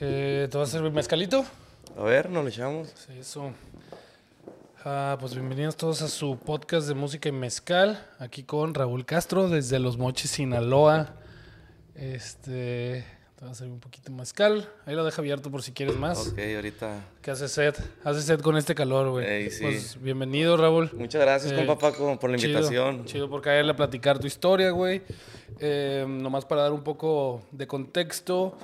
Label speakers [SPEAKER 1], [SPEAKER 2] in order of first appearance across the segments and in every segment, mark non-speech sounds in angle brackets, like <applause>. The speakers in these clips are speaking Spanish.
[SPEAKER 1] Eh, ¿Te vas a servir mezcalito?
[SPEAKER 2] A ver, nos le echamos.
[SPEAKER 1] Sí, eso. Ah, pues bienvenidos todos a su podcast de música y mezcal. Aquí con Raúl Castro desde Los Mochis, Sinaloa. Este. Te va a servir un poquito de mezcal. Ahí lo deja abierto por si quieres más.
[SPEAKER 2] Ok, ahorita.
[SPEAKER 1] ¿Qué hace sed? Hace sed con este calor, güey.
[SPEAKER 2] Ey, sí.
[SPEAKER 1] Pues bienvenido, Raúl.
[SPEAKER 2] Muchas gracias,
[SPEAKER 1] Eh,
[SPEAKER 2] compa Paco, por la
[SPEAKER 1] Chido,
[SPEAKER 2] invitación.
[SPEAKER 1] Chido por caerle a platicar tu historia, güey. Eh, nomás para dar un poco de contexto.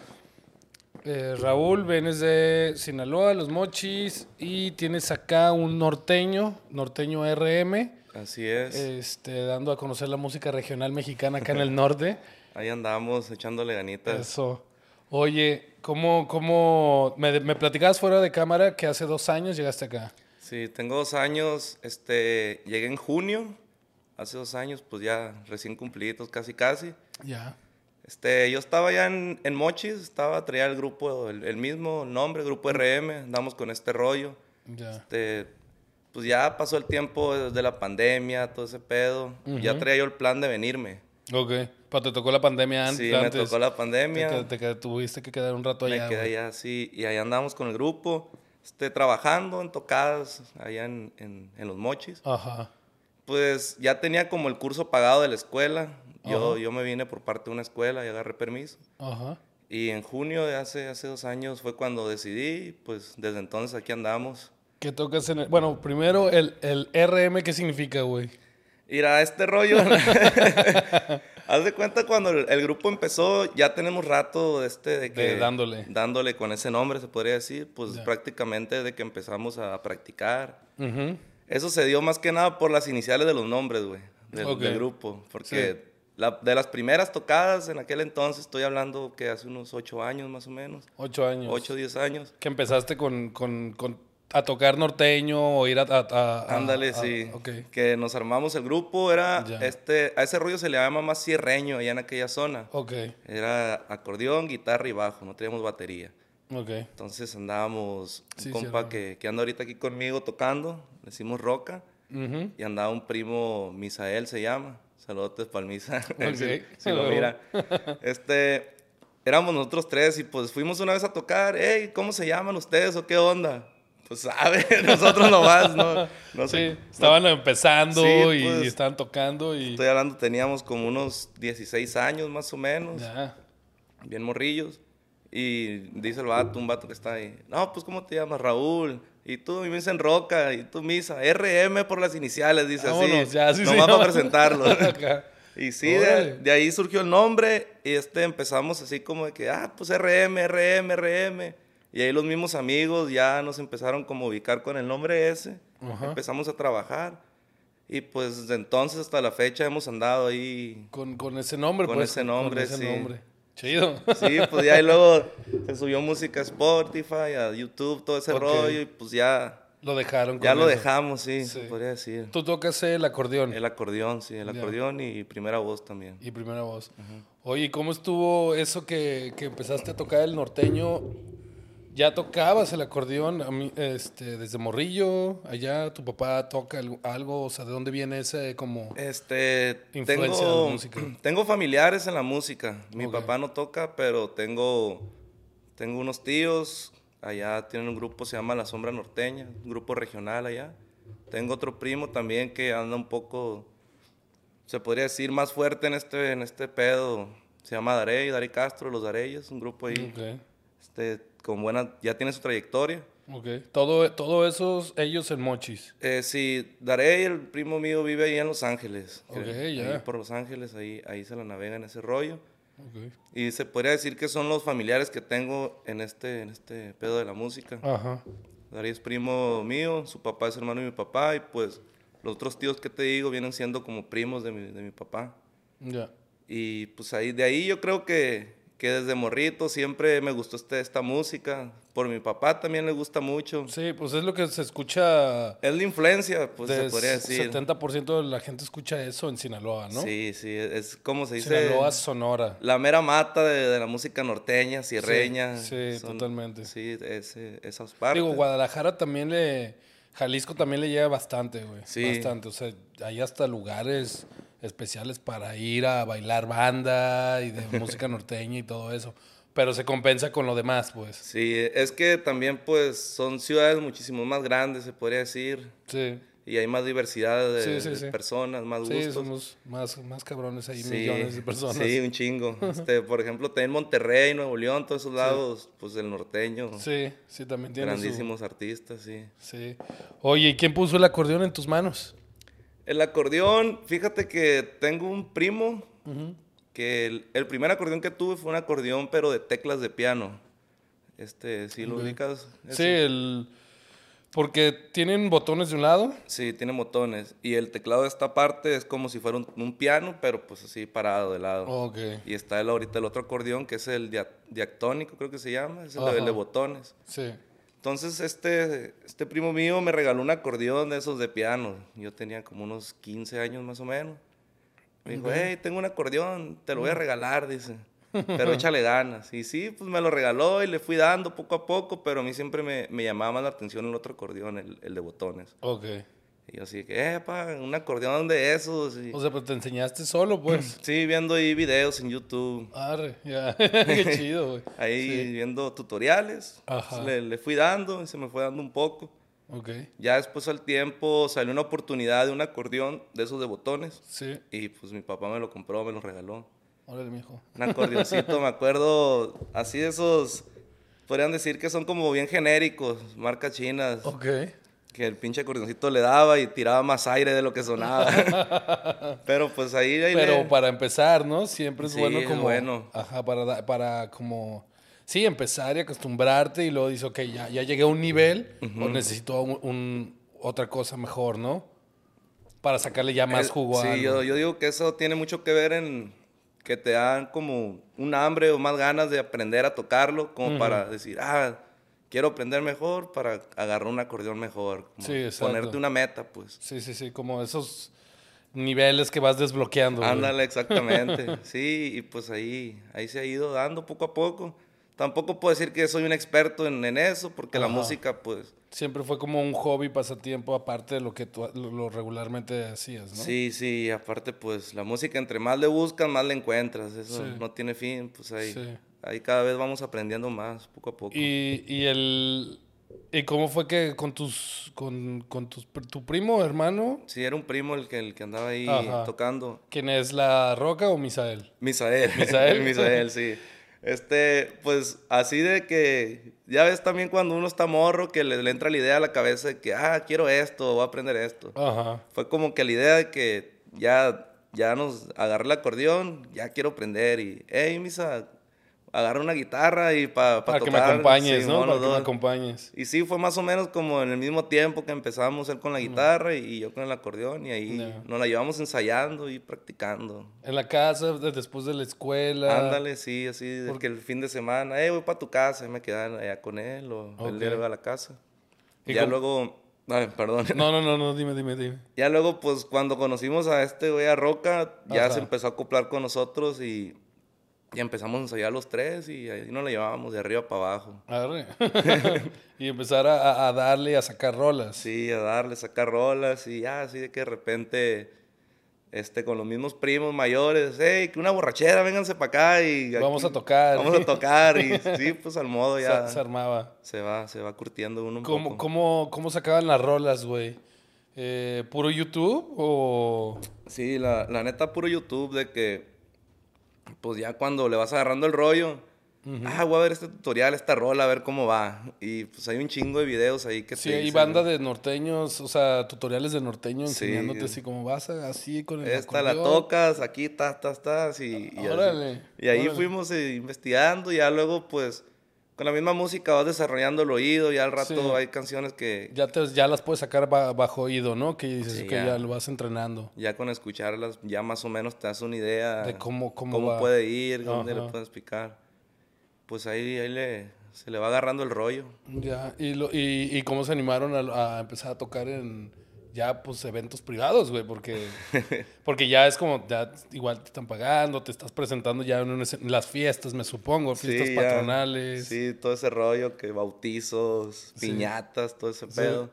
[SPEAKER 1] eh, Raúl, vienes de Sinaloa, Los Mochis, y tienes acá un norteño, norteño RM,
[SPEAKER 2] Así es.
[SPEAKER 1] este, dando a conocer la música regional mexicana
[SPEAKER 2] <laughs>
[SPEAKER 1] acá en el norte.
[SPEAKER 2] Ahí andamos echándole ganitas.
[SPEAKER 1] Eso. Oye, ¿cómo, cómo me, me platicabas fuera de cámara que hace dos años llegaste acá?
[SPEAKER 2] Sí, tengo dos años. Este, llegué en junio. Hace dos años, pues ya recién cumplidos, casi casi.
[SPEAKER 1] Ya.
[SPEAKER 2] Este, yo estaba ya en, en Mochis, estaba, traía el grupo, el, el mismo nombre, Grupo RM, andamos con este rollo.
[SPEAKER 1] Ya.
[SPEAKER 2] Este, pues ya pasó el tiempo de la pandemia, todo ese pedo. Ya traía yo el plan de venirme.
[SPEAKER 1] Ok. Pero te tocó la pandemia an- antes.
[SPEAKER 2] Sí, me tocó la pandemia.
[SPEAKER 1] Te, te- te tuviste que quedar un rato allá.
[SPEAKER 2] Me quedé
[SPEAKER 1] güey.
[SPEAKER 2] allá, sí. Y allá andábamos con el grupo, este, trabajando en tocadas allá en, en- en Los Mochis.
[SPEAKER 1] Ajá.
[SPEAKER 2] Pues ya tenía como el curso pagado de la escuela. Yo,
[SPEAKER 1] Ajá.
[SPEAKER 2] yo me vine por parte de una escuela y agarré permiso.
[SPEAKER 1] Ajá.
[SPEAKER 2] Y en junio de hace, hace dos años fue cuando decidí, pues desde entonces aquí andamos.
[SPEAKER 1] ¿Qué tocas en el... Bueno, primero el, el RM, ¿qué significa, güey?
[SPEAKER 2] Ir a este rollo. <laughs> Haz de cuenta cuando el, el grupo empezó, ya tenemos rato este de que...
[SPEAKER 1] De dándole.
[SPEAKER 2] Dándole con ese nombre, se podría decir. Pues
[SPEAKER 1] Ya.
[SPEAKER 2] prácticamente de que empezamos a practicar.
[SPEAKER 1] Ujú.
[SPEAKER 2] Eso se dio más que nada por las iniciales de los nombres, güey, del,
[SPEAKER 1] Ok.
[SPEAKER 2] del grupo. Porque la- de las primeras tocadas en aquel entonces, estoy hablando que hace unos ocho años más o menos,
[SPEAKER 1] Ocho años.
[SPEAKER 2] ocho, diez años.
[SPEAKER 1] Que empezaste con, con, con- a tocar norteño o ir a... a- a- a-
[SPEAKER 2] Ándale,
[SPEAKER 1] a-
[SPEAKER 2] sí.
[SPEAKER 1] Ah, ok.
[SPEAKER 2] Que nos armamos el grupo, era
[SPEAKER 1] Ya.
[SPEAKER 2] este, a ese rollo se le llama más cierreño allá en aquella zona.
[SPEAKER 1] Ok.
[SPEAKER 2] Era acordeón, guitarra y bajo, no teníamos batería.
[SPEAKER 1] Ok.
[SPEAKER 2] Entonces andábamos, un
[SPEAKER 1] Sí,
[SPEAKER 2] compa
[SPEAKER 1] cierto.
[SPEAKER 2] que, que anda ahorita aquí conmigo tocando, le decimos Roca.
[SPEAKER 1] Ujú.
[SPEAKER 2] Y andaba un primo, Misael se llama. Saludos para Misa. <laughs> Él sí-
[SPEAKER 1] Ok.
[SPEAKER 2] sí lo mira. Este, éramos nosotros tres y pues fuimos una vez a tocar. Hey, ¿cómo se llaman ustedes o qué onda? Pues sabe, <laughs> nosotros nomás, ¿no? No sé.
[SPEAKER 1] Sí, estaban empezando
[SPEAKER 2] Sí,
[SPEAKER 1] y,
[SPEAKER 2] pues,
[SPEAKER 1] estaban tocando y...
[SPEAKER 2] Estoy hablando, teníamos como unos 16 años más o menos,
[SPEAKER 1] Ya.
[SPEAKER 2] bien morrillos. Y dice el vato, un vato que está ahí, no, pues ¿cómo te llamas? Raúl. Y tú, y me dicen Roca, y tú, Misa, RM por las iniciales, dice
[SPEAKER 1] Vámonos,
[SPEAKER 2] así.
[SPEAKER 1] ya, sí,
[SPEAKER 2] nomás
[SPEAKER 1] sí,
[SPEAKER 2] para
[SPEAKER 1] ya.
[SPEAKER 2] presentarlo.
[SPEAKER 1] Acá.
[SPEAKER 2] Y sí, de,
[SPEAKER 1] Órale.
[SPEAKER 2] de ahí surgió el nombre y este empezamos así como de que, ah, pues RM, RM, RM. Y ahí los mismos amigos ya nos empezaron como a ubicar con el nombre ese.
[SPEAKER 1] <laughs> Ajá.
[SPEAKER 2] Empezamos a trabajar y pues desde entonces hasta la fecha hemos andado ahí.
[SPEAKER 1] Con, con ese nombre,
[SPEAKER 2] Con
[SPEAKER 1] pues.
[SPEAKER 2] ese nombre, sí.
[SPEAKER 1] Chido. <laughs>
[SPEAKER 2] Sí, pues ya y luego se subió música a Spotify, a YouTube, todo ese
[SPEAKER 1] Ok.
[SPEAKER 2] rollo y pues ya,
[SPEAKER 1] Lo dejaron.
[SPEAKER 2] ya
[SPEAKER 1] con
[SPEAKER 2] lo
[SPEAKER 1] eso.
[SPEAKER 2] dejamos, sí,
[SPEAKER 1] Sí.
[SPEAKER 2] se podría decir.
[SPEAKER 1] Tú tocas el acordeón.
[SPEAKER 2] El acordeón, sí, el
[SPEAKER 1] Ya.
[SPEAKER 2] acordeón y primera voz también.
[SPEAKER 1] Y primera voz. Oye, ¿cómo estuvo eso que, que empezaste a tocar el norteño? ¿Ya tocabas el acordeón a mí, este, desde morrillo? ¿Allá tu papá toca algo- algo? O sea, ¿de dónde viene ese como...?
[SPEAKER 2] Este,
[SPEAKER 1] Influencia de la
[SPEAKER 2] tengo,
[SPEAKER 1] música.
[SPEAKER 2] <clears throat> tengo familiares en la música. Mi
[SPEAKER 1] Ok.
[SPEAKER 2] papá no toca, pero tengo, tengo unos tíos. Allá tienen un grupo, se llama La Sombra Norteña, un grupo regional allá. Tengo otro primo también que anda un poco, se podría decir, más fuerte en este, en este pedo. Se llama Darey, Darey Castro, Los Dareyes, un grupo ahí
[SPEAKER 1] Ok,
[SPEAKER 2] este, con buena, ya tiene su trayectoria.
[SPEAKER 1] ok. Todo, todo esos, ellos en Mochis.
[SPEAKER 2] Eh, sí, Darey, el primo mío, vive ahí en Los Ángeles.
[SPEAKER 1] Ok,
[SPEAKER 2] creo. Ahí
[SPEAKER 1] ya.
[SPEAKER 2] por Los Ángeles, ahí, ahí se la navega en ese rollo.
[SPEAKER 1] Ok.
[SPEAKER 2] Y se podría decir que son los familiares que tengo en este, en este pedo de la música.
[SPEAKER 1] Ajá.
[SPEAKER 2] Darey es primo mío, su papá es hermano de mi papá, y pues los otros tíos que te digo vienen siendo como primos de mi, de mi papá.
[SPEAKER 1] Ya.
[SPEAKER 2] Y pues ahí, de ahí yo creo que, que desde morrito siempre me gustó este, esta música. Por mi papá también le gusta mucho.
[SPEAKER 1] Sí, pues es lo que se escucha...
[SPEAKER 2] Es la influencia, pues se
[SPEAKER 1] de
[SPEAKER 2] podría decir.
[SPEAKER 1] 70% de la gente escucha eso en Sinaloa, ¿no?
[SPEAKER 2] Sí, sí, es como se dice.
[SPEAKER 1] Sinaloa, Sonora.
[SPEAKER 2] La mera mata de, de la música norteña, sierreña.
[SPEAKER 1] sí, totalmente.
[SPEAKER 2] Sí, ese- esas partes.
[SPEAKER 1] Digo, Guadalajara también le. Jalisco también le llega bastante, güey.
[SPEAKER 2] Sí.
[SPEAKER 1] Bastante. O sea, hay hasta lugares
[SPEAKER 2] <laughs>
[SPEAKER 1] especiales para ir a bailar banda y de música norteña y todo eso. Pero se compensa con lo demás, pues.
[SPEAKER 2] Sí, es que también pues son ciudades muchísimo más grandes, se podría decir,
[SPEAKER 1] Sí.
[SPEAKER 2] y hay más diversidad de,
[SPEAKER 1] Sí, sí,
[SPEAKER 2] de
[SPEAKER 1] sí.
[SPEAKER 2] personas, más
[SPEAKER 1] Sí,
[SPEAKER 2] gustos.
[SPEAKER 1] somos más, más cabrones ahí,
[SPEAKER 2] Sí,
[SPEAKER 1] millones de personas.
[SPEAKER 2] Sí, un
[SPEAKER 1] <laughs>
[SPEAKER 2] chingo. Este, por ejemplo, también Monterrey, Nuevo León, todos esos lados, pues el norteño,
[SPEAKER 1] Sí, sí, también tiene su-
[SPEAKER 2] grandísimos artistas, sí.
[SPEAKER 1] Sí. Oye, ¿y quién puso el acordeón en tus manos?
[SPEAKER 2] El acordeón, fíjate que tengo un primo que el, el primer acordeón que tuve fue un acordeón, pero de teclas de piano. Este, si lo
[SPEAKER 1] Ok.
[SPEAKER 2] ubicas.
[SPEAKER 1] Sí, el... Porque tienen botones de un lado.
[SPEAKER 2] Sí, tiene botones. Y el teclado de esta parte es como si fuera un, un piano, pero pues así parado de lado.
[SPEAKER 1] Ok.
[SPEAKER 2] Y está el, ahorita el otro acordeón, que es el dia- diactónico, creo que se llama, es el, de- el
[SPEAKER 1] Ajá.
[SPEAKER 2] de botones.
[SPEAKER 1] Sí.
[SPEAKER 2] Entonces, este, este primo mío me regaló un acordeón de esos de piano. Yo tenía como unos 15 años más o menos. Me dijo, hey, tengo un acordeón, te lo voy a regalar, dice. Pero échale ganas. Y sí, pues me lo regaló y le fui dando poco a poco, pero a mí siempre me, me llamaba más la atención el otro acordeón, el, el de botones.
[SPEAKER 1] Ok.
[SPEAKER 2] Y yo así que, eh, pa, un acordeón de esos. Y-
[SPEAKER 1] O sea, pues te enseñaste solo,
[SPEAKER 2] <clears throat>
[SPEAKER 1] pues.
[SPEAKER 2] sí, viendo ahí videos en YouTube,
[SPEAKER 1] Arre, ya. <laughs> Qué chido,
[SPEAKER 2] <laughs>
[SPEAKER 1] güey.
[SPEAKER 2] ahí viendo tutoriales. pues,
[SPEAKER 1] Ajá.
[SPEAKER 2] le, le fui dando y se me fue dando un poco.
[SPEAKER 1] Ok.
[SPEAKER 2] Ya después al tiempo salió una oportunidad de un acordeón de esos de botones.
[SPEAKER 1] Sí.
[SPEAKER 2] Y pues mi papá me lo compró, me lo regaló.
[SPEAKER 1] Órale, mijo.
[SPEAKER 2] Un
[SPEAKER 1] <laughs>
[SPEAKER 2] acordeoncito, me acuerdo, así de esos, podrían decir que son como bien genéricos, marcas chinas,
[SPEAKER 1] Ok.
[SPEAKER 2] que el pinche acordeoncito le daba y tiraba más aire de lo que sonaba.
[SPEAKER 1] <laughs>
[SPEAKER 2] Pero pues ahí... ahí le-
[SPEAKER 1] Pero para empezar, ¿no? Siempre es
[SPEAKER 2] Sí,
[SPEAKER 1] bueno
[SPEAKER 2] es
[SPEAKER 1] como...
[SPEAKER 2] bueno.
[SPEAKER 1] Ajá, para, da- para como... Sí, empezar y acostumbrarte y luego dices, ok, ya, ya llegué a un nivel o necesito un, un- otra cosa mejor, ¿no? Para sacarle ya más
[SPEAKER 2] Eh,
[SPEAKER 1] jugo a
[SPEAKER 2] Sí,
[SPEAKER 1] algo.
[SPEAKER 2] Yo, yo digo que eso tiene mucho que ver en que te dan como un hambre o más ganas de aprender a tocarlo, como para decir, ah, quiero aprender mejor para agarrar un acordeón mejor. como
[SPEAKER 1] Sí, exacto.
[SPEAKER 2] Ponerte una meta, pues.
[SPEAKER 1] Sí, sí, sí, como esos niveles que vas desbloqueando. güey.
[SPEAKER 2] Ándale, exactamente.
[SPEAKER 1] <laughs>
[SPEAKER 2] sí, y pues ahí, ahí se ha ido dando poco a poco. Tampoco puedo decir que soy un experto en, en eso, porque la
[SPEAKER 1] Ajá.
[SPEAKER 2] música, pues,
[SPEAKER 1] Siempre fue como un hobby, pasatiempo, aparte de lo que tú lo, lo regularmente hacías, ¿no?
[SPEAKER 2] sí, sí, aparte, pues, la música entre más le buscas, más le encuentras. Eso
[SPEAKER 1] Sí.
[SPEAKER 2] no tiene fin, pues ahí.
[SPEAKER 1] Sí.
[SPEAKER 2] Ahí cada vez vamos aprendiendo más, poco a poco.
[SPEAKER 1] Y, y el. ¿Y cómo fue que con tus. con, con tus, tu primo, hermano?
[SPEAKER 2] Sí, era un primo el que, el que andaba ahí
[SPEAKER 1] Ajá.
[SPEAKER 2] tocando.
[SPEAKER 1] ¿Quién es la Roca o Misael?
[SPEAKER 2] Misael. <laughs>
[SPEAKER 1] ¿Misael?
[SPEAKER 2] el Misael, sí. Este, pues así de que, ya ves también cuando uno está morro que le, le entra la idea a la cabeza de que, ah, quiero esto, voy a aprender esto.
[SPEAKER 1] Ajá.
[SPEAKER 2] Fue como que la idea de que ya, ya nos agarré el acordeón, ya quiero aprender y, hey, Misa, agarra una guitarra y pa- pa
[SPEAKER 1] Para que me
[SPEAKER 2] tocar".
[SPEAKER 1] acompañes, ¿no?
[SPEAKER 2] Simón,
[SPEAKER 1] Para
[SPEAKER 2] los
[SPEAKER 1] que me
[SPEAKER 2] dos.
[SPEAKER 1] acompañes.
[SPEAKER 2] Y sí, fue más o menos como en el mismo tiempo que empezamos él con la guitarra y yo con el acordeón y ahí
[SPEAKER 1] Ya.
[SPEAKER 2] nos la llevamos ensayando y practicando.
[SPEAKER 1] En la casa, de- después de la escuela.
[SPEAKER 2] Ándale, sí, así, de que el fin de semana, eh, voy para tu casa, y me quedaba allá con él o él
[SPEAKER 1] Ok.
[SPEAKER 2] iba a la casa.
[SPEAKER 1] ¿Y
[SPEAKER 2] Ya
[SPEAKER 1] cómo-
[SPEAKER 2] luego, ay, perdón.
[SPEAKER 1] <laughs> No, no, no, no, dime, dime, dime.
[SPEAKER 2] Ya luego, pues cuando conocimos a este güey, a Roca, ya
[SPEAKER 1] Ajá.
[SPEAKER 2] se empezó a acoplar con nosotros y, y empezamos a ensayar los tres y ahí nos la llevábamos de arriba para abajo.
[SPEAKER 1] Arre. <laughs> y empezar a, a- a darle, a sacar rolas.
[SPEAKER 2] Sí, a darle, sacar rolas y ya, así de que de repente, este, con los mismos primos mayores, hey, que una borrachera, vénganse para acá y...
[SPEAKER 1] Vamos
[SPEAKER 2] aquí-
[SPEAKER 1] a tocar.
[SPEAKER 2] Vamos
[SPEAKER 1] <laughs>
[SPEAKER 2] a tocar y sí, pues al modo
[SPEAKER 1] Se-
[SPEAKER 2] ya
[SPEAKER 1] Se, armaba.
[SPEAKER 2] se va, se va curtiendo uno un
[SPEAKER 1] ¿Cómo,
[SPEAKER 2] poco.
[SPEAKER 1] cómo, cómo sacaban las rolas, güey? Eh, ¿Puro YouTube o...?
[SPEAKER 2] Sí, la, la neta, puro YouTube de que, pues ya cuando le vas agarrando el rollo, ah, voy a ver este tutorial, esta rola, a ver cómo va. Y pues hay un chingo de videos ahí que
[SPEAKER 1] Sí,
[SPEAKER 2] te
[SPEAKER 1] hay
[SPEAKER 2] dicen,
[SPEAKER 1] banda de norteños, o sea, tutoriales de norteño
[SPEAKER 2] Sí.
[SPEAKER 1] enseñándote así como vas a- así con el
[SPEAKER 2] Esta la
[SPEAKER 1] acordeón.
[SPEAKER 2] tocas, aquí, tas, tas, tas. Y, y, así.
[SPEAKER 1] Órale,
[SPEAKER 2] Y ahí
[SPEAKER 1] órale.
[SPEAKER 2] fuimos eh, investigando, ya luego, pues, con la misma música vas desarrollando el oído, ya al rato
[SPEAKER 1] Sí.
[SPEAKER 2] hay canciones que
[SPEAKER 1] Ya, te, ya las puedes sacar ba- bajo oído, ¿no? Que dices
[SPEAKER 2] Sí,
[SPEAKER 1] que ya.
[SPEAKER 2] ya.
[SPEAKER 1] lo vas entrenando.
[SPEAKER 2] ya con escucharlas, ya más o menos te das una idea
[SPEAKER 1] De cómo- cómo va.
[SPEAKER 2] Ah. puede ir, dónde le
[SPEAKER 1] Ajá.
[SPEAKER 2] puedes picar. Pues ahí, ahí le, se le va agarrando el rollo.
[SPEAKER 1] Ya, y, lo, y, y cómo se animaron a, a empezar a tocar en ya, pues, eventos privados, güey,
[SPEAKER 2] <laughs>
[SPEAKER 1] porque, porque ya es como, ya igual te están pagando, te estás presentando ya en, un escen- en las fiestas, me supongo, fiestas
[SPEAKER 2] ya.
[SPEAKER 1] patronales.
[SPEAKER 2] Sí, todo ese rollo que bautizos, piñatas, todo ese
[SPEAKER 1] <laughs>
[SPEAKER 2] pedo.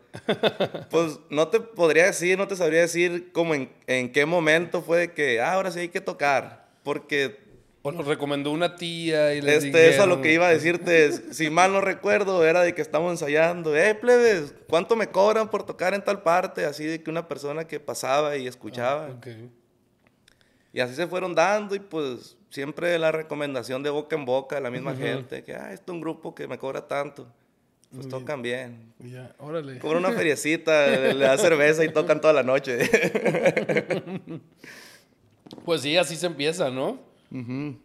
[SPEAKER 2] pues no te podría decir, no te sabría decir como en, en qué momento fue de que "Ah, ahora sí hay que tocar. Porque
[SPEAKER 1] O lo recomendó una tía y les
[SPEAKER 2] Este, eso a lo
[SPEAKER 1] dijeron-
[SPEAKER 2] que iba a decirte, es, si mal no recuerdo, era de que estamos ensayando, eh, plebes, ¿cuánto me cobran por tocar en tal parte? Así de que una persona que pasaba y escuchaba.
[SPEAKER 1] Ok.
[SPEAKER 2] Y así se fueron dando y pues siempre la recomendación de boca en boca de la misma gente, que, ah, esto es un grupo que me cobra tanto. Pues tocan bien.
[SPEAKER 1] Y Ya, órale.
[SPEAKER 2] Cobra una feriecita, le le da cerveza y tocan toda la noche. <laughs>
[SPEAKER 1] Pues sí, así se empieza, ¿no?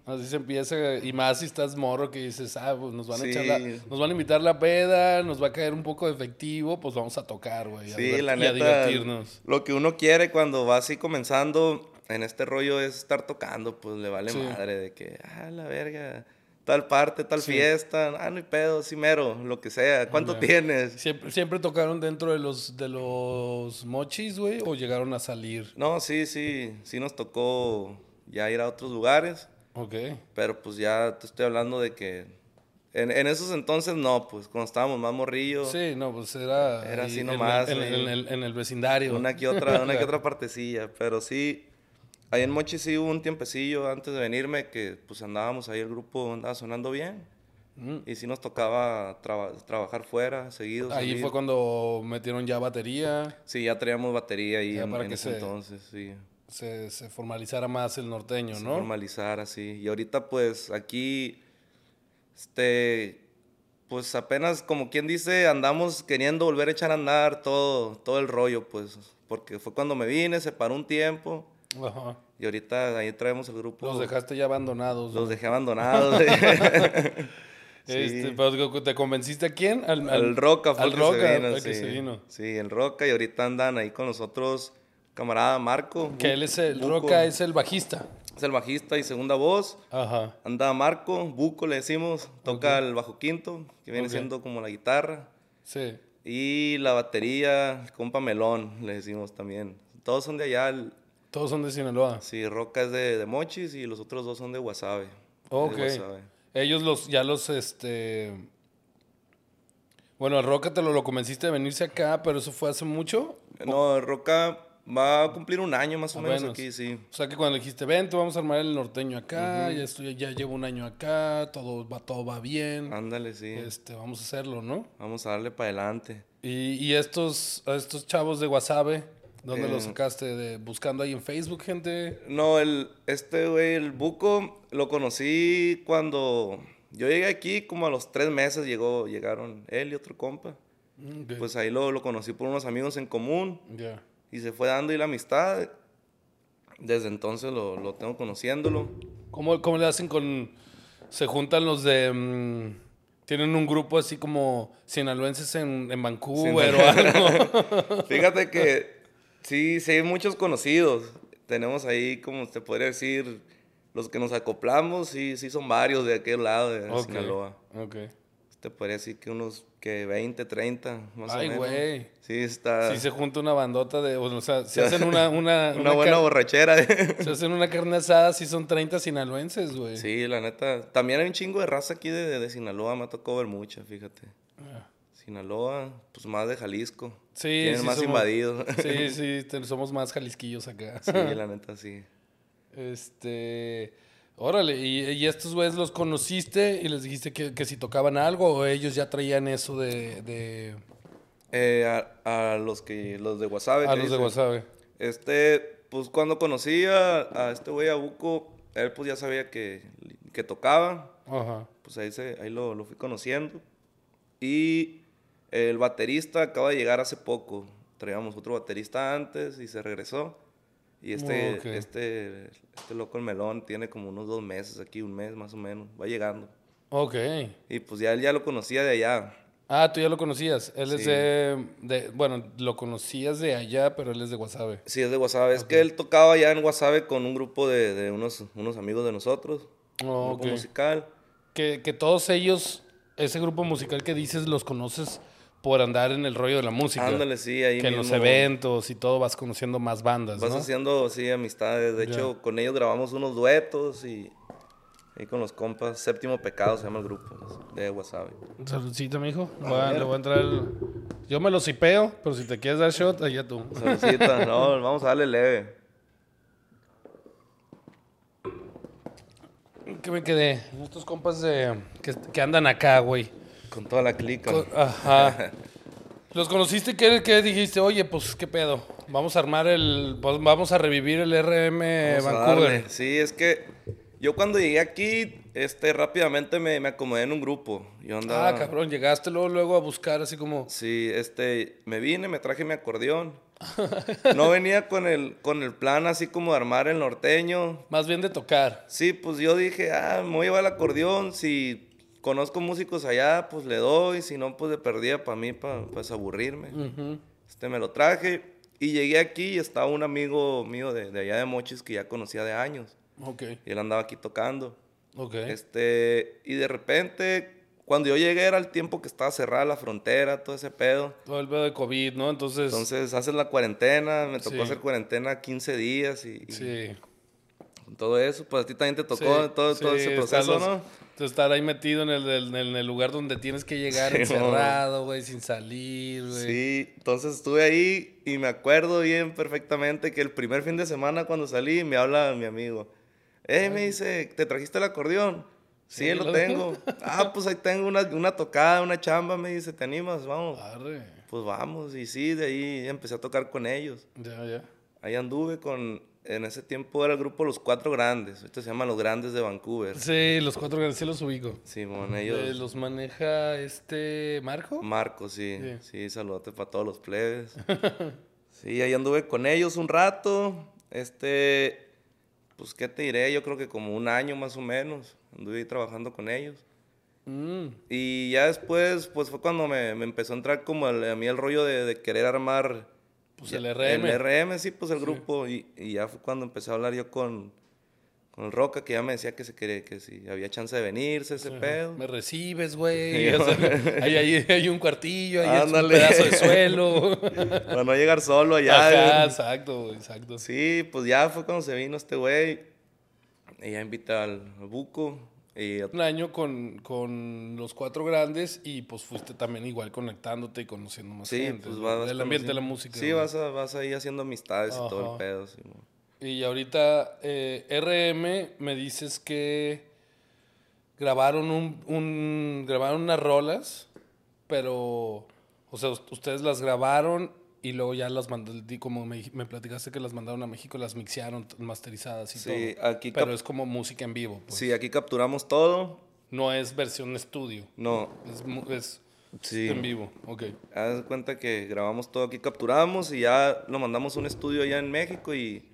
[SPEAKER 1] Así se empieza, y más si estás morro que dices, ah, pues nos van a
[SPEAKER 2] Sí.
[SPEAKER 1] echar la- nos van a invitar la peda, nos va a caer un poco de efectivo, pues vamos a tocar, güey. a
[SPEAKER 2] Sí,
[SPEAKER 1] divert-
[SPEAKER 2] la
[SPEAKER 1] y a
[SPEAKER 2] neta.
[SPEAKER 1] divertirnos.
[SPEAKER 2] Lo que uno quiere cuando va así comenzando en este rollo es estar tocando, pues le vale
[SPEAKER 1] Sí.
[SPEAKER 2] madre de que, ah, la verga, tal parte, tal fiesta, ah, no hay pedo, sí mero, lo que sea, ¿cuánto
[SPEAKER 1] Ya.
[SPEAKER 2] tienes?
[SPEAKER 1] Siempre, siempre tocaron dentro de los, de los mochis, güey, o llegaron a salir.
[SPEAKER 2] No, sí, sí, sí nos tocó ya ir a otros lugares,
[SPEAKER 1] Ok.
[SPEAKER 2] pero pues ya te estoy hablando de que en, en esos entonces no, pues cuando estábamos más morrillos,
[SPEAKER 1] Sí, no, pues era.
[SPEAKER 2] Era
[SPEAKER 1] ahí
[SPEAKER 2] así
[SPEAKER 1] en
[SPEAKER 2] nomás,
[SPEAKER 1] el- En,
[SPEAKER 2] ahí.
[SPEAKER 1] en el, en el vecindario.
[SPEAKER 2] Una que otra,
[SPEAKER 1] <laughs>
[SPEAKER 2] una que otra partecilla, pero sí. Ahí en Mochi sí hubo un tiempecillo antes de venirme que pues andábamos ahí, el grupo andaba sonando bien.
[SPEAKER 1] Mm.
[SPEAKER 2] Y sí nos tocaba traba- trabajar fuera, seguido.
[SPEAKER 1] Ahí
[SPEAKER 2] salir.
[SPEAKER 1] fue cuando metieron ya batería,
[SPEAKER 2] Sí, ya traíamos batería ahí
[SPEAKER 1] Ya
[SPEAKER 2] en,
[SPEAKER 1] para
[SPEAKER 2] en
[SPEAKER 1] que
[SPEAKER 2] ese
[SPEAKER 1] se-
[SPEAKER 2] entonces, sí.
[SPEAKER 1] se, se formalizara más el norteño,
[SPEAKER 2] se
[SPEAKER 1] ¿no?
[SPEAKER 2] Formalizar así. Y ahorita pues aquí, este, pues apenas como quien dice, andamos queriendo volver a echar a andar todo, todo el rollo, pues. Porque fue cuando me vine, se paró un tiempo.
[SPEAKER 1] Ajá.
[SPEAKER 2] Y ahorita ahí traemos el grupo.
[SPEAKER 1] Los dejaste ya abandonados.
[SPEAKER 2] los
[SPEAKER 1] güey.
[SPEAKER 2] dejé
[SPEAKER 1] <laughs>
[SPEAKER 2] abandonados. güey. pues, <laughs> sí.
[SPEAKER 1] Este, pero digo, ¿Te convenciste a quién? Al, al-
[SPEAKER 2] el Roca fue
[SPEAKER 1] al
[SPEAKER 2] el que,
[SPEAKER 1] Roca,
[SPEAKER 2] se vino,
[SPEAKER 1] al
[SPEAKER 2] sí.
[SPEAKER 1] que se vino.
[SPEAKER 2] Sí, el Roca. Y ahorita andan ahí con nosotros, camarada Marco. Bu-
[SPEAKER 1] Que él es el
[SPEAKER 2] Buco.
[SPEAKER 1] Roca, es el bajista.
[SPEAKER 2] Es el bajista y segunda voz.
[SPEAKER 1] Ajá.
[SPEAKER 2] Anda Marco, Buco le decimos. Toca el bajo quinto, que viene
[SPEAKER 1] Ok.
[SPEAKER 2] siendo como la guitarra.
[SPEAKER 1] Sí.
[SPEAKER 2] Y la batería, el compa Melón, le decimos también. Todos son de allá. el-
[SPEAKER 1] Todos son de Sinaloa.
[SPEAKER 2] Sí, Roca es de, de Mochis y los otros dos son de Guasave. de
[SPEAKER 1] Ok.
[SPEAKER 2] Guasave.
[SPEAKER 1] Ellos los, ya los, este... Bueno, al Roca te lo, lo convenciste de venirse acá, pero eso fue hace mucho.
[SPEAKER 2] No, Roca va a cumplir un año más o
[SPEAKER 1] Ah,
[SPEAKER 2] menos
[SPEAKER 1] bueno.
[SPEAKER 2] aquí, sí.
[SPEAKER 1] O sea que cuando le dijiste, ven, te vamos a armar el norteño acá, ya, estoy, ya llevo un año acá, todo va, todo va bien,
[SPEAKER 2] Ándale, Ah, sí.
[SPEAKER 1] este, vamos a hacerlo, ¿no?
[SPEAKER 2] Vamos a darle para adelante.
[SPEAKER 1] Y, y estos, a estos chavos de Wasabe, ¿dónde los
[SPEAKER 2] Eh,
[SPEAKER 1] sacaste? De, buscando ahí en Facebook, gente.
[SPEAKER 2] No, el, este güey, el Buco, lo conocí cuando yo llegué aquí, como a los tres meses llegó, llegaron él y otro compa.
[SPEAKER 1] Mm, ok.
[SPEAKER 2] Pues ahí lo, lo conocí por unos amigos en común
[SPEAKER 1] ya.
[SPEAKER 2] y se fue dando ahí la amistad. Desde entonces lo, lo tengo conociéndolo.
[SPEAKER 1] ¿Cómo, cómo le hacen con.? Se juntan los de. mm, tienen un grupo así como sinaloenses en, en Vancouver o Uh,
[SPEAKER 2] <laughs>
[SPEAKER 1] algo.
[SPEAKER 2] Fíjate que sí, sí hay muchos conocidos. Tenemos ahí, como te podría decir, los que nos acoplamos, sí, sí son varios de aquel lado de
[SPEAKER 1] Ok,
[SPEAKER 2] Sinaloa.
[SPEAKER 1] Ok.
[SPEAKER 2] Te podría decir que unos que 20, 30, más o
[SPEAKER 1] Ay,
[SPEAKER 2] menos.
[SPEAKER 1] güey.
[SPEAKER 2] Sí, está
[SPEAKER 1] Si se junta una bandota de. O sea, si hacen una. Una,
[SPEAKER 2] Ah. <laughs> una,
[SPEAKER 1] una
[SPEAKER 2] buena
[SPEAKER 1] car-
[SPEAKER 2] borrachera. <laughs>
[SPEAKER 1] si hacen una carne asada, si son 30 sinaloenses, güey.
[SPEAKER 2] sí, la neta. También hay un chingo de raza aquí de, de Sinaloa, me ha tocado ver mucha, fíjate.
[SPEAKER 1] Ah.
[SPEAKER 2] Sinaloa, pues más de Jalisco.
[SPEAKER 1] Sí,
[SPEAKER 2] Tienen
[SPEAKER 1] sí
[SPEAKER 2] más
[SPEAKER 1] somos-
[SPEAKER 2] invadidos. <laughs>
[SPEAKER 1] Sí, sí, te- somos más jalisquillos acá. <laughs>
[SPEAKER 2] sí, la neta, sí.
[SPEAKER 1] Este. Órale, y, y estos güeyes los conociste y les dijiste que, que si tocaban algo o ellos ya traían eso de. de
[SPEAKER 2] Eh, a, a los que los de Guasave.
[SPEAKER 1] a
[SPEAKER 2] que
[SPEAKER 1] los de
[SPEAKER 2] dicen.
[SPEAKER 1] WhatsApp.
[SPEAKER 2] Este, pues cuando conocí a, a este güey a Buco, él pues ya sabía que, que tocaba.
[SPEAKER 1] Ajá.
[SPEAKER 2] Pues ahí, se, ahí lo, lo fui conociendo. Y el baterista acaba de llegar hace poco. Traíamos otro baterista antes y se regresó. Y este,
[SPEAKER 1] Oh, Ok.
[SPEAKER 2] este, este loco el melón tiene como unos dos meses aquí, un mes más o menos. Va llegando.
[SPEAKER 1] Ok.
[SPEAKER 2] Y pues ya él ya lo conocía de allá.
[SPEAKER 1] Ah, tú ya lo conocías. Él es
[SPEAKER 2] Sí.
[SPEAKER 1] de, de- Bueno, lo conocías de allá, pero él es de Guasave.
[SPEAKER 2] Sí, es de Guasave. Es que él tocaba ya en Guasave con un grupo de, de unos, unos amigos de nosotros.
[SPEAKER 1] Oh,
[SPEAKER 2] un grupo
[SPEAKER 1] ok.
[SPEAKER 2] musical.
[SPEAKER 1] Que, que todos ellos, ese grupo musical que dices, los conoces por andar en el rollo de la música.
[SPEAKER 2] Ándale, sí, ahí
[SPEAKER 1] que en los
[SPEAKER 2] mismo
[SPEAKER 1] eventos y todo vas conociendo más bandas,
[SPEAKER 2] Vas
[SPEAKER 1] ¿no?
[SPEAKER 2] haciendo, sí, amistades. De
[SPEAKER 1] Ya.
[SPEAKER 2] hecho, con ellos grabamos unos duetos y... Ahí con los compas. Séptimo Pecado se llama el grupo de Wasabi.
[SPEAKER 1] Saludcita, mijo. Voy a- le voy a entrar el- Yo me lo sipeo, pero si te quieres dar shot, allá tú. <laughs>
[SPEAKER 2] Saludcita, no, vamos a darle leve.
[SPEAKER 1] ¿En qué me quedé? En estos compas de, que, que andan acá, güey.
[SPEAKER 2] Con toda la clica.
[SPEAKER 1] Co-
[SPEAKER 2] <laughs>
[SPEAKER 1] Ajá. ¿Los conociste? ¿Qué, qué dijiste? Oye, pues, ¿qué pedo? Vamos a armar el... pues, Vamos a revivir el RM
[SPEAKER 2] Vamos a
[SPEAKER 1] eh, Vancouver.
[SPEAKER 2] darle. Sí, es que yo cuando llegué aquí, este, rápidamente me, me acomodé en un grupo. Yo andaba...
[SPEAKER 1] Ah, cabrón, llegaste luego, luego a buscar así como...
[SPEAKER 2] Sí, este, me vine, me traje
[SPEAKER 1] <laughs>
[SPEAKER 2] mi acordeón. No venía con el, con el plan así como de armar el norteño.
[SPEAKER 1] Más bien de tocar.
[SPEAKER 2] Sí, pues yo dije, ah, me voy a llevar el acordeón. Si conozco músicos allá, pues le doy. Si no, pues de perdida para mí, para aburrirme.
[SPEAKER 1] Ujú.
[SPEAKER 2] Este, me lo traje y llegué aquí y estaba un amigo mío de, de allá de Mochis que ya conocía de años.
[SPEAKER 1] Ok,
[SPEAKER 2] Y él andaba aquí tocando.
[SPEAKER 1] ok.
[SPEAKER 2] Este, y de repente, cuando yo llegué era el tiempo que estaba cerrada la frontera, todo ese pedo.
[SPEAKER 1] Todo el pedo de COVID, ¿no? Entonces...
[SPEAKER 2] Entonces haces la cuarentena, me tocó
[SPEAKER 1] Pues Sí.
[SPEAKER 2] hacer cuarentena 15 días y, y
[SPEAKER 1] sí.
[SPEAKER 2] con todo eso, pues a ti también te tocó
[SPEAKER 1] Sí,
[SPEAKER 2] todo, todo
[SPEAKER 1] sí,
[SPEAKER 2] ese
[SPEAKER 1] estar
[SPEAKER 2] proceso,
[SPEAKER 1] los-
[SPEAKER 2] ¿no?
[SPEAKER 1] de Estar ahí metido en el, en el- en el lugar donde tienes que llegar
[SPEAKER 2] Sí,
[SPEAKER 1] encerrado, güey, sin salir, güey.
[SPEAKER 2] Sí, entonces estuve ahí y me acuerdo bien perfectamente que el primer fin de semana cuando salí me habla mi amigo. Eh, me dice, ¿te trajiste el acordeón? Sí,
[SPEAKER 1] Sí,
[SPEAKER 2] lo
[SPEAKER 1] lo-
[SPEAKER 2] tengo. <laughs> ah, pues ahí tengo una, una tocada, una chamba, me dice, ¿te animas? Vamos.
[SPEAKER 1] Arre.
[SPEAKER 2] Pues vamos, y sí, de ahí empecé a tocar con ellos.
[SPEAKER 1] Ya, ya.
[SPEAKER 2] Ahí anduve con, en ese tiempo era el grupo Los Cuatro Grandes, ahorita se llama Los Grandes de Vancouver.
[SPEAKER 1] Sí, los cuatro grandes sí los ubico.
[SPEAKER 2] Simón,
[SPEAKER 1] Eh,
[SPEAKER 2] ellos,
[SPEAKER 1] los maneja este Marco.
[SPEAKER 2] Marco, sí,
[SPEAKER 1] Sí.
[SPEAKER 2] sí, saludote para todos los
[SPEAKER 1] <laughs>
[SPEAKER 2] plebes. sí, ahí anduve con ellos un rato, este, pues qué te diré, yo creo que como un año más o menos, anduve ahí trabajando con ellos.
[SPEAKER 1] Mm,
[SPEAKER 2] Y ya después, pues fue cuando me, me empezó a entrar como el- a mí el rollo de, de querer armar...
[SPEAKER 1] pues el RM.
[SPEAKER 2] El RM, sí, pues el grupo. Y, y ya fue cuando empecé a hablar yo con, con el Roca, que ya me decía que, se quería, que si había chance de venirse, ese pedo.
[SPEAKER 1] Me recibes, güey.
[SPEAKER 2] Sí,
[SPEAKER 1] <laughs> O sea, Ahí hay, hay un cuartillo, ahí es un
[SPEAKER 2] Ándale.
[SPEAKER 1] pedazo de suelo.
[SPEAKER 2] <laughs> Para no llegar solo allá.
[SPEAKER 1] Ajá,
[SPEAKER 2] eh.
[SPEAKER 1] exacto, güey, exacto.
[SPEAKER 2] Sí, pues ya fue cuando se vino este güey. Y ya invitó al Buco. Y a-
[SPEAKER 1] Un año con, con los cuatro grandes y pues fuiste también igual conectándote y conociendo más
[SPEAKER 2] sí,
[SPEAKER 1] gente.
[SPEAKER 2] pues
[SPEAKER 1] ¿no?
[SPEAKER 2] vas.
[SPEAKER 1] Del
[SPEAKER 2] conociendo.
[SPEAKER 1] ambiente de la música.
[SPEAKER 2] Sí,
[SPEAKER 1] güey.
[SPEAKER 2] vas, a- vas ahí haciendo amistades y todo
[SPEAKER 1] Ajá.
[SPEAKER 2] el pedo. sí, mo.
[SPEAKER 1] Y ahorita eh, RM me dices que grabaron un, un- grabaron unas rolas, pero o sea, us- ustedes las grabaron y luego ya las mandaron, como me, me platicaste que las mandaron a México, las mixearon t- masterizadas y
[SPEAKER 2] Sí,
[SPEAKER 1] todo.
[SPEAKER 2] aquí
[SPEAKER 1] pero
[SPEAKER 2] cap-
[SPEAKER 1] es como música en vivo, pues.
[SPEAKER 2] Sí, aquí capturamos todo.
[SPEAKER 1] No es versión estudio,
[SPEAKER 2] No,
[SPEAKER 1] es, mu- es
[SPEAKER 2] sí.
[SPEAKER 1] en vivo. Ok.
[SPEAKER 2] Haz de cuenta que grabamos todo aquí, capturamos y ya lo mandamos a un estudio allá en México y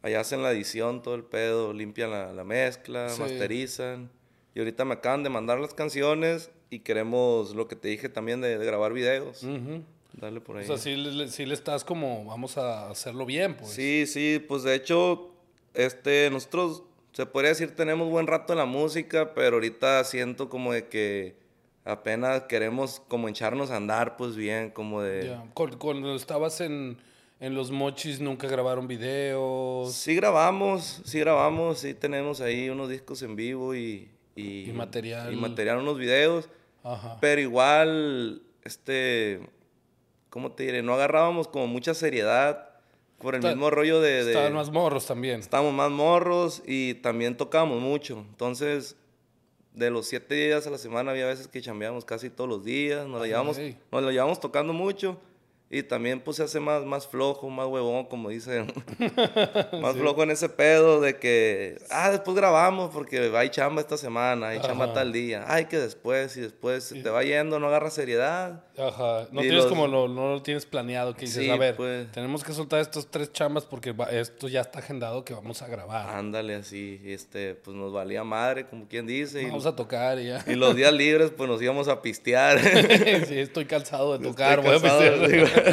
[SPEAKER 2] allá hacen la edición, todo el pedo, limpian la, la mezcla,
[SPEAKER 1] Sí.
[SPEAKER 2] masterizan. Y ahorita me acaban de mandar las canciones y queremos lo que te dije también de, de grabar videos.
[SPEAKER 1] Ujú.
[SPEAKER 2] Dale por
[SPEAKER 1] Mm. O
[SPEAKER 2] ahí.
[SPEAKER 1] sea, sí, le- sí le estás como, vamos a hacerlo bien, pues.
[SPEAKER 2] Sí, sí, pues de hecho, este, nosotros, se podría decir, tenemos buen rato en la música, pero ahorita siento como de que apenas queremos como hincharnos a andar, pues bien, como de...
[SPEAKER 1] Ya, con- este, Cuando estabas en, en los mochis nunca grabaron videos
[SPEAKER 2] Pues Sí grabamos, sí grabamos, sí tenemos ahí unos discos en vivo y... Y,
[SPEAKER 1] Y material.
[SPEAKER 2] Y material, unos videos,
[SPEAKER 1] Ajá.
[SPEAKER 2] pero igual, este, ¿cómo te diré? No agarrábamos como mucha seriedad por el
[SPEAKER 1] Está-
[SPEAKER 2] mismo rollo de... de-
[SPEAKER 1] Estaban más morros también.
[SPEAKER 2] estábamos más morros y también tocábamos mucho, entonces... De los siete días a la semana había veces que chambeábamos casi todos los días,
[SPEAKER 1] Ah,
[SPEAKER 2] nos la llevamos,
[SPEAKER 1] Ey.
[SPEAKER 2] nos la llevamos tocando mucho y también pues se hace más, más flojo, más huevón,
[SPEAKER 1] <laughs>
[SPEAKER 2] como dicen. Más flojo en ese pedo de que, ah, después grabamos porque hay chamba esta semana, hay
[SPEAKER 1] Ajá.
[SPEAKER 2] chamba tal día, ay, que después y después se te va yendo, no agarra seriedad.
[SPEAKER 1] Ajá. No
[SPEAKER 2] Y
[SPEAKER 1] tienes
[SPEAKER 2] los-
[SPEAKER 1] como lo, no lo tienes planeado que dices,
[SPEAKER 2] Sí,
[SPEAKER 1] a ver,
[SPEAKER 2] pues.
[SPEAKER 1] tenemos que soltar estos tres chambas porque va- esto ya está agendado que vamos a grabar.
[SPEAKER 2] Ándale así, este, pues nos valía madre, como quien dice.
[SPEAKER 1] vamos
[SPEAKER 2] Y,
[SPEAKER 1] a tocar y
[SPEAKER 2] <laughs>
[SPEAKER 1] ya. <laughs>
[SPEAKER 2] y los días libres, pues nos íbamos a pistear.
[SPEAKER 1] sí, estoy cansado de tocar, voy
[SPEAKER 2] Estoy
[SPEAKER 1] a
[SPEAKER 2] cansado,
[SPEAKER 1] pistear.
[SPEAKER 2] <laughs> digo.
[SPEAKER 1] <laughs>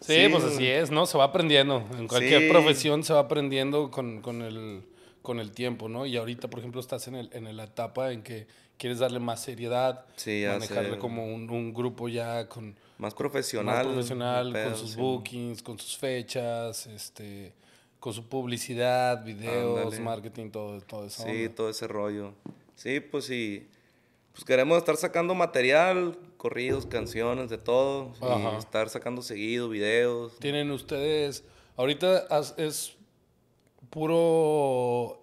[SPEAKER 1] Sí,
[SPEAKER 2] Sí,
[SPEAKER 1] pues
[SPEAKER 2] güey.
[SPEAKER 1] así es, ¿no? Se va aprendiendo. En cualquier
[SPEAKER 2] Sí.
[SPEAKER 1] profesión se va aprendiendo con, con el, con el tiempo, ¿no? Y ahorita, por ejemplo, estás en, el, en la etapa en que quieres darle más seriedad,
[SPEAKER 2] Sí, ya
[SPEAKER 1] manejarle
[SPEAKER 2] sé.
[SPEAKER 1] como un, un grupo ya con
[SPEAKER 2] Más
[SPEAKER 1] más
[SPEAKER 2] eh, profesional.
[SPEAKER 1] profesional,
[SPEAKER 2] pedo,
[SPEAKER 1] con sus
[SPEAKER 2] sí.
[SPEAKER 1] bookings, con sus fechas, este, con su publicidad, videos,
[SPEAKER 2] Ándale.
[SPEAKER 1] marketing, todo, todo eso.
[SPEAKER 2] Sí, todo ese rollo. Sí, pues sí. Pues queremos estar sacando material, corridos, canciones, de todo. y
[SPEAKER 1] Ajá.
[SPEAKER 2] estar sacando seguido, videos.
[SPEAKER 1] Tienen ustedes, ahorita has- es puro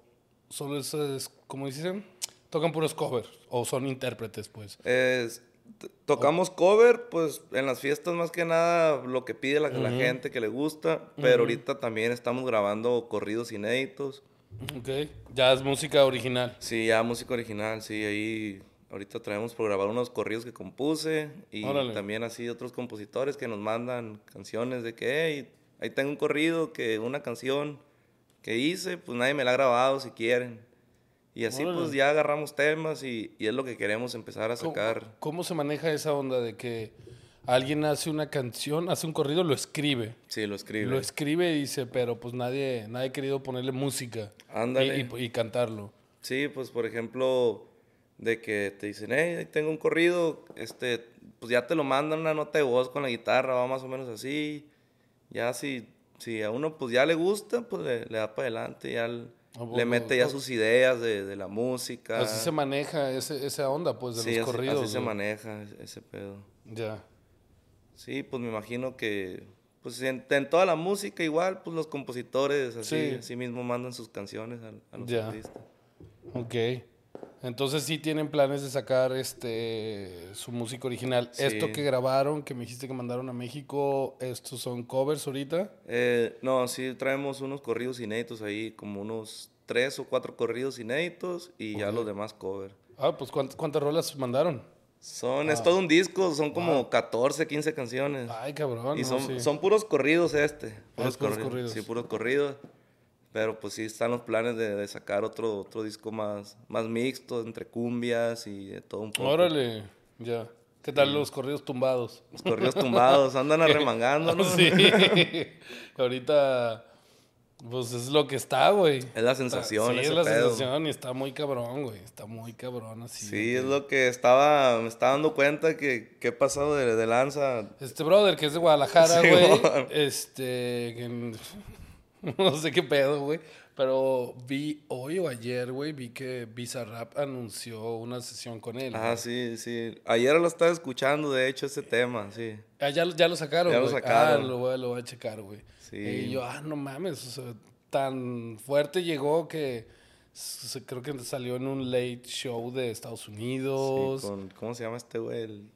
[SPEAKER 1] solo es, es como dicen, tocan puros covers o son intérpretes, pues.
[SPEAKER 2] Es- t- tocamos cover, pues en las fiestas más que nada lo que pide la, la gente que le gusta, pero ahorita también estamos grabando corridos inéditos.
[SPEAKER 1] Ok. Ya es música original.
[SPEAKER 2] Sí, ya música original, sí, ahí ahorita traemos por grabar unos corridos que compuse y
[SPEAKER 1] Órale.
[SPEAKER 2] también así otros compositores que nos mandan canciones de que, "Hey, ahí tengo un corrido, que una canción que hice, pues nadie me la ha grabado si quieren. Y así
[SPEAKER 1] Órale.
[SPEAKER 2] pues ya agarramos temas y, y es lo que queremos empezar a
[SPEAKER 1] ¿Cómo,
[SPEAKER 2] sacar.
[SPEAKER 1] cómo se maneja esa onda de que alguien hace una canción, hace un corrido, lo escribe?
[SPEAKER 2] Sí, lo escribe.
[SPEAKER 1] Lo escribe y dice, pero pues nadie, nadie ha querido ponerle música
[SPEAKER 2] Ándale.
[SPEAKER 1] y, y- y cantarlo.
[SPEAKER 2] Sí, pues por ejemplo, de que te dicen, hey, ahí tengo un corrido, este, pues ya te lo mandan una nota de voz con la guitarra, va más o menos así. Ya si, si a uno pues ya le gusta, pues le, le da para adelante, ya l-
[SPEAKER 1] Ah,
[SPEAKER 2] le
[SPEAKER 1] bueno,
[SPEAKER 2] mete ya
[SPEAKER 1] ah.
[SPEAKER 2] sus ideas de, de la música.
[SPEAKER 1] Así se maneja ese- esa onda, pues, de
[SPEAKER 2] Sí,
[SPEAKER 1] los
[SPEAKER 2] así-
[SPEAKER 1] corridos.
[SPEAKER 2] así se
[SPEAKER 1] güey.
[SPEAKER 2] maneja ese- ese pedo.
[SPEAKER 1] Ya.
[SPEAKER 2] Sí, pues me imagino que, pues en, en toda la música igual, pues los compositores así,
[SPEAKER 1] Sí.
[SPEAKER 2] así mismo mandan sus canciones a, a los
[SPEAKER 1] Ya.
[SPEAKER 2] artistas.
[SPEAKER 1] Ok. Entonces sí tienen planes de sacar este su música original. Esto
[SPEAKER 2] Sí.
[SPEAKER 1] que grabaron, que me dijiste que mandaron a México, estos son covers ahorita.
[SPEAKER 2] Eh, no, sí traemos unos corridos inéditos ahí, como unos tres o cuatro corridos inéditos y ya los demás cover.
[SPEAKER 1] Ah, pues ¿cuánt- cuántas rolas mandaron.
[SPEAKER 2] Son,
[SPEAKER 1] Ah.
[SPEAKER 2] es todo un disco, son como 14, 15 canciones.
[SPEAKER 1] Ay, cabrón.
[SPEAKER 2] y
[SPEAKER 1] no,
[SPEAKER 2] son,
[SPEAKER 1] Ah, sí. Ah,
[SPEAKER 2] son puros corridos este.
[SPEAKER 1] puros
[SPEAKER 2] Puros, corridos,
[SPEAKER 1] corridos.
[SPEAKER 2] Sí, puros corridos. Pero pues sí están los planes de, de sacar otro, otro disco más, más mixto, entre cumbias y de todo un poco.
[SPEAKER 1] Órale, ya. ¿Qué tal los corridos tumbados?
[SPEAKER 2] Los corridos
[SPEAKER 1] <laughs>
[SPEAKER 2] tumbados, andan arremangando, ¿no?
[SPEAKER 1] Sí. Ahorita, pues es lo que está, güey.
[SPEAKER 2] Es la sensación,
[SPEAKER 1] Sí, es
[SPEAKER 2] ese
[SPEAKER 1] la
[SPEAKER 2] pedo.
[SPEAKER 1] sensación y está muy cabrón, güey. Está muy cabrón así.
[SPEAKER 2] Sí, es lo que estaba, me estaba dando cuenta que, que he pasado de, de lanza.
[SPEAKER 1] Este brother que es de Guadalajara,
[SPEAKER 2] Sí,
[SPEAKER 1] güey.
[SPEAKER 2] mon.
[SPEAKER 1] este. que n- <laughs> no sé qué pedo, güey. Pero vi hoy o ayer, güey, vi que Bizarrap anunció una sesión con él.
[SPEAKER 2] Ah, sí, sí. Ayer lo estaba escuchando, de hecho, ese tema, sí.
[SPEAKER 1] Ah, ya, lo- ya lo sacaron,
[SPEAKER 2] Ya lo
[SPEAKER 1] güey.
[SPEAKER 2] sacaron.
[SPEAKER 1] Ah, lo voy, a- lo voy a checar, güey.
[SPEAKER 2] Sí.
[SPEAKER 1] Y yo, ah, no mames. o sea, tan fuerte llegó que s- creo que salió en un late show de Estados Unidos.
[SPEAKER 2] Sí, con- ¿Cómo se llama este güey? El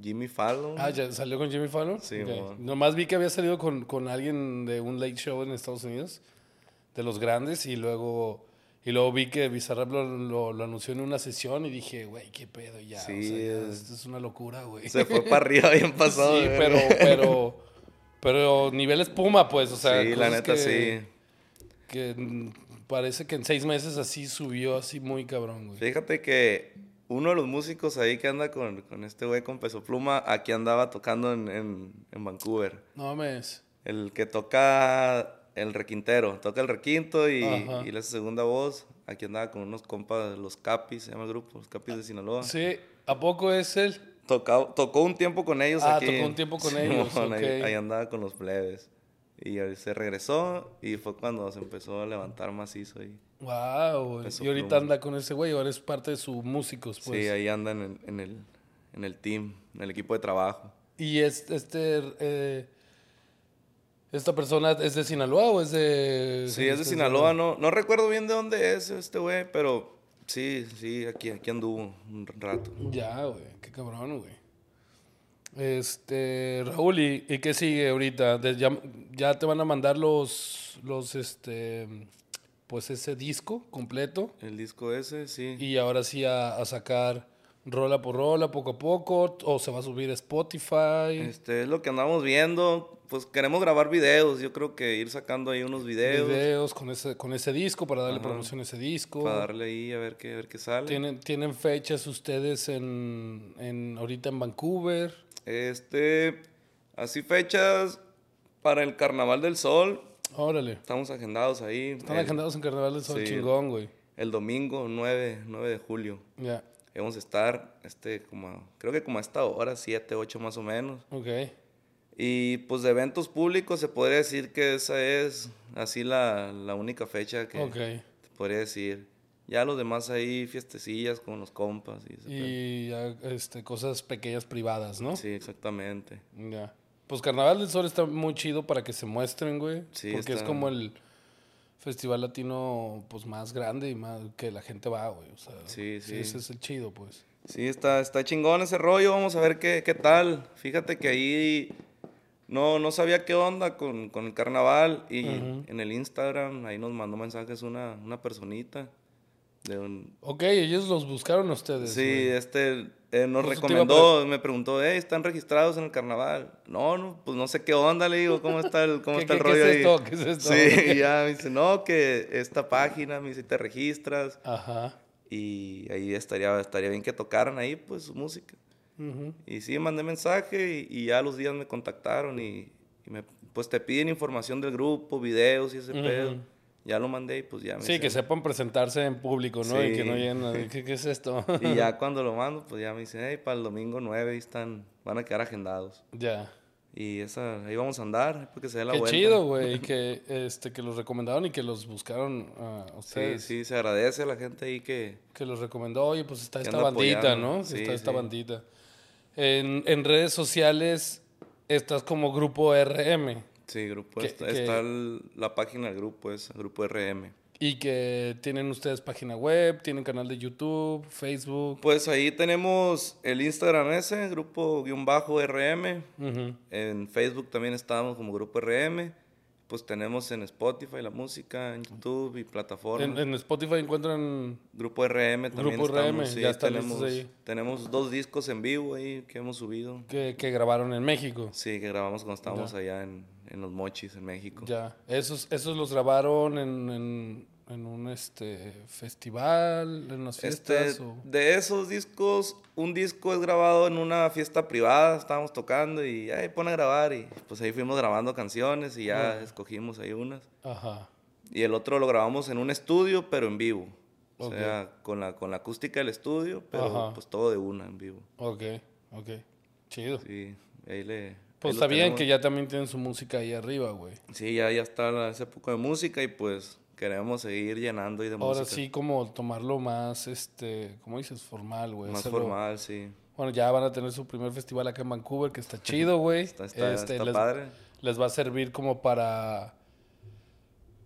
[SPEAKER 2] Jimmy Fallon.
[SPEAKER 1] Ah, ya salió con Jimmy Fallon.
[SPEAKER 2] Sí,
[SPEAKER 1] Ok.
[SPEAKER 2] mon.
[SPEAKER 1] Nomás vi que había salido con, con alguien de un late show en Estados Unidos, de los grandes, y luego, y luego vi que Bizarrap lo, lo- lo anunció en una sesión y dije, güey, qué pedo ya. o
[SPEAKER 2] Sí,
[SPEAKER 1] sea, ya,
[SPEAKER 2] es-
[SPEAKER 1] esto es una locura, güey.
[SPEAKER 2] Se fue para arriba bien
[SPEAKER 1] <laughs>
[SPEAKER 2] pasado. eh.
[SPEAKER 1] Sí,
[SPEAKER 2] de
[SPEAKER 1] pero,
[SPEAKER 2] verga.
[SPEAKER 1] pero, pero nivel espuma, pues, o sea.
[SPEAKER 2] sí, la
[SPEAKER 1] cosas
[SPEAKER 2] neta,
[SPEAKER 1] que-
[SPEAKER 2] sí.
[SPEAKER 1] Que mm, parece que en seis meses así subió, así muy cabrón, güey.
[SPEAKER 2] Fíjate que uno de los músicos ahí que anda con, con este güey con Peso Pluma, aquí andaba tocando en, en- en Vancouver.
[SPEAKER 1] No mames.
[SPEAKER 2] El que toca el requintero, toca el requinto y,
[SPEAKER 1] Ajá.
[SPEAKER 2] y la segunda voz. Aquí andaba con unos compas, los Capis, se llama el grupo, los Capis de Sinaloa.
[SPEAKER 1] Ah, Sí, ¿a poco es él?
[SPEAKER 2] Toca- tocó un tiempo con ellos
[SPEAKER 1] Ah,
[SPEAKER 2] aquí.
[SPEAKER 1] tocó un tiempo con ellos,
[SPEAKER 2] mon, ahí-
[SPEAKER 1] ok.
[SPEAKER 2] ahí, andaba con los plebes. Y ahí se regresó y fue cuando se empezó a levantar macizo. Y,
[SPEAKER 1] Wow, güey.
[SPEAKER 2] Peso
[SPEAKER 1] Y ahorita
[SPEAKER 2] Pluma.
[SPEAKER 1] anda con ese güey, ahora es parte de sus músicos, pues.
[SPEAKER 2] sí, ahí andan en, en el, en el team, en el equipo de trabajo.
[SPEAKER 1] Y es- este. eh, ¿Esta persona es de Sinaloa o es de.?
[SPEAKER 2] Sí, es de Sinaloa, no, no recuerdo bien de dónde es este güey, pero sí, sí, aquí, aquí anduvo un rato.
[SPEAKER 1] Ya, güey, qué cabrón, güey. Este, Raúl, ¿y, y qué sigue ahorita? De- ya, ya te van a mandar los, los, este, pues ese disco completo
[SPEAKER 2] El disco ese, sí.
[SPEAKER 1] y ahora sí a, a sacar rola por rola, poco a poco, o se va a subir a Spotify,
[SPEAKER 2] Este es lo que andamos viendo. Pues queremos grabar videos. Yo creo que ir sacando ahí unos videos,
[SPEAKER 1] videos con ese, con ese disco para darle promoción a ese disco.
[SPEAKER 2] para darle ahí a ver qué, a ver qué sale.
[SPEAKER 1] ¿Tienen, tienen fechas ustedes en, en, ahorita en Vancouver?
[SPEAKER 2] Este, así fechas para el Carnaval del Sol.
[SPEAKER 1] Órale.
[SPEAKER 2] Estamos agendados ahí.
[SPEAKER 1] Están
[SPEAKER 2] el,
[SPEAKER 1] agendados en Carnaval del Sol,
[SPEAKER 2] Eh, sí.
[SPEAKER 1] chingón, güey.
[SPEAKER 2] el domingo 9, 9 de julio.
[SPEAKER 1] Ya.
[SPEAKER 2] Vamos a estar, este, como, a- creo que como a esta hora, 7, 8 más o menos.
[SPEAKER 1] Ok.
[SPEAKER 2] Y pues de eventos públicos se podría decir que esa es así la, la única fecha que
[SPEAKER 1] Ok.
[SPEAKER 2] te podría decir. Ya los demás ahí, fiestecillas con los compas. Y ese pedo.
[SPEAKER 1] Y ya, este, cosas pequeñas privadas, ¿no?
[SPEAKER 2] Sí, exactamente.
[SPEAKER 1] Ya. Pues Carnaval del Sol está muy chido para que se muestren, güey.
[SPEAKER 2] Sí,
[SPEAKER 1] porque es
[SPEAKER 2] está-
[SPEAKER 1] como el, festival latino pues más grande y más que la gente va, güey. O sea,
[SPEAKER 2] Sí, sí.
[SPEAKER 1] Ese es el chido, pues.
[SPEAKER 2] Sí, está, está chingón ese rollo, vamos a ver qué, qué tal. Fíjate que ahí no, no sabía qué onda con, con el carnaval y en el Instagram ahí nos mandó mensajes una, una personita. De un,
[SPEAKER 1] Ok, ellos los buscaron a ustedes.
[SPEAKER 2] sí,
[SPEAKER 1] güey.
[SPEAKER 2] este eh, nos
[SPEAKER 1] Justo te iba a
[SPEAKER 2] recomendó, me preguntó, hey, ¿están registrados en el carnaval? No, no, pues no sé qué onda, le digo, ¿cómo está el, cómo
[SPEAKER 1] <laughs> ¿Qué-
[SPEAKER 2] está el
[SPEAKER 1] qué- qué
[SPEAKER 2] rollo
[SPEAKER 1] es
[SPEAKER 2] ahí?"
[SPEAKER 1] esto? ¿Qué es esto?
[SPEAKER 2] Sí, y <laughs> ya me dice, no, que esta página, me dice, te registras.
[SPEAKER 1] Ajá.
[SPEAKER 2] Y ahí estaría, estaría bien que tocaran ahí, pues, su música.
[SPEAKER 1] Ujú.
[SPEAKER 2] Y sí, mandé mensaje y, y ya a los días me contactaron y, y me, pues te piden información del grupo, videos y ese pedo. Ya lo mandé y pues ya me
[SPEAKER 1] Sí, que
[SPEAKER 2] dicen-
[SPEAKER 1] sepan presentarse en público, ¿no? Y que no
[SPEAKER 2] Sí.
[SPEAKER 1] lleguen a- ¿Qué, qué es esto?
[SPEAKER 2] <laughs> Y ya cuando lo mando, pues ya me dicen, hey, para el domingo 9 ahí están, van a quedar agendados.
[SPEAKER 1] <laughs> ya.
[SPEAKER 2] Y esa, ahí vamos a andar, porque se dé la
[SPEAKER 1] Qué
[SPEAKER 2] vuelta.
[SPEAKER 1] chido,
[SPEAKER 2] <laughs>
[SPEAKER 1] güey, que, este, que los recomendaron y que los buscaron a
[SPEAKER 2] Sí,
[SPEAKER 1] ustedes.
[SPEAKER 2] sí, se agradece a la gente ahí que...
[SPEAKER 1] Que los recomendó, oye, pues está
[SPEAKER 2] Que
[SPEAKER 1] esta
[SPEAKER 2] anda
[SPEAKER 1] bandita,
[SPEAKER 2] apoyando.
[SPEAKER 1] ¿no?
[SPEAKER 2] Sí,
[SPEAKER 1] está esta
[SPEAKER 2] sí.
[SPEAKER 1] bandita. En, en redes sociales estás como grupo RM
[SPEAKER 2] Sí, grupo,
[SPEAKER 1] Que-
[SPEAKER 2] está,
[SPEAKER 1] que-
[SPEAKER 2] está el- la página del grupo, es Grupo RM.
[SPEAKER 1] y que tienen ustedes página web, tienen canal de YouTube, Facebook.
[SPEAKER 2] Pues ahí tenemos el Instagram ese, grupo-rm.
[SPEAKER 1] Ujú.
[SPEAKER 2] En Facebook también estábamos como Grupo RM. Pues tenemos en Spotify la música, en YouTube y plataformas.
[SPEAKER 1] en, en Spotify encuentran...
[SPEAKER 2] Grupo RM también
[SPEAKER 1] Grupo RM,
[SPEAKER 2] estamos, sí,
[SPEAKER 1] ya están
[SPEAKER 2] tenemos,
[SPEAKER 1] listos ahí.
[SPEAKER 2] tenemos dos discos en vivo ahí que hemos subido.
[SPEAKER 1] Que, que grabaron en México.
[SPEAKER 2] Sí, que grabamos cuando estábamos allá en, en Los Mochis, en México.
[SPEAKER 1] Ya, esos, esos los grabaron en, en- en un este, festival, en unas
[SPEAKER 2] Este,
[SPEAKER 1] fiestas. o-
[SPEAKER 2] De esos discos, un disco es grabado en una fiesta privada, estábamos tocando y ahí pone a grabar y pues ahí fuimos grabando canciones y ya escogimos ahí unas.
[SPEAKER 1] Ajá.
[SPEAKER 2] Y el otro lo grabamos en un estudio, pero en vivo. O
[SPEAKER 1] Ok.
[SPEAKER 2] sea, con la, con la acústica del estudio, pero
[SPEAKER 1] Ajá.
[SPEAKER 2] pues todo de una en vivo.
[SPEAKER 1] Ok, ok. Chido.
[SPEAKER 2] Sí, ahí le...
[SPEAKER 1] pues está bien que ya también tienen su música ahí arriba, güey.
[SPEAKER 2] Sí, ya, ya está la- ese poco de música y pues queremos seguir llenando y de
[SPEAKER 1] Ahora
[SPEAKER 2] música.
[SPEAKER 1] sí, como tomarlo más, este, ¿cómo dices? Formal, güey.
[SPEAKER 2] Más
[SPEAKER 1] hacerlo-
[SPEAKER 2] formal, sí.
[SPEAKER 1] Bueno, ya van a tener su primer festival acá en Vancouver, que
[SPEAKER 2] <laughs>
[SPEAKER 1] está chido, güey.
[SPEAKER 2] Está, está-
[SPEAKER 1] Este,
[SPEAKER 2] está
[SPEAKER 1] les-
[SPEAKER 2] padre.
[SPEAKER 1] les va a servir como para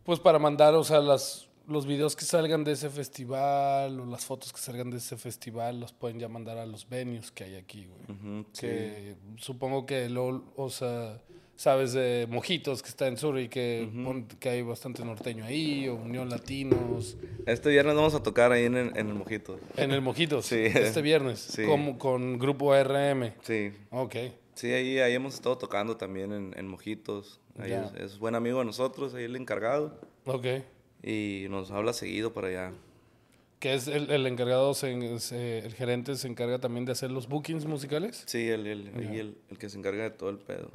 [SPEAKER 1] pues para mandar, o sea, las los videos que salgan de ese festival o las fotos que salgan de ese festival los pueden ya mandar a los venues que hay aquí, güey.
[SPEAKER 2] Ujú, sí.
[SPEAKER 1] Que supongo que LOL, o sea, sabes de Mojitos que está en Surrey que pon- que hay bastante norteño ahí o Unión Latinos
[SPEAKER 2] Este viernes vamos a tocar ahí en, el- en el Mojito.
[SPEAKER 1] en el Mojitos
[SPEAKER 2] <laughs> Sí.
[SPEAKER 1] este viernes
[SPEAKER 2] Sí.
[SPEAKER 1] como con grupo RM.
[SPEAKER 2] Sí.
[SPEAKER 1] Ok.
[SPEAKER 2] Sí, ahí, ahí hemos estado tocando también en, en Mojitos. Ahí
[SPEAKER 1] Ya.
[SPEAKER 2] es, es buen amigo de nosotros, ahí el encargado.
[SPEAKER 1] Ok.
[SPEAKER 2] Y nos habla seguido para allá.
[SPEAKER 1] Que es el, el encargado, se- se- el gerente se encarga también de hacer los bookings musicales.
[SPEAKER 2] Sí, el, el, ahí el- el que se encarga de todo el pedo.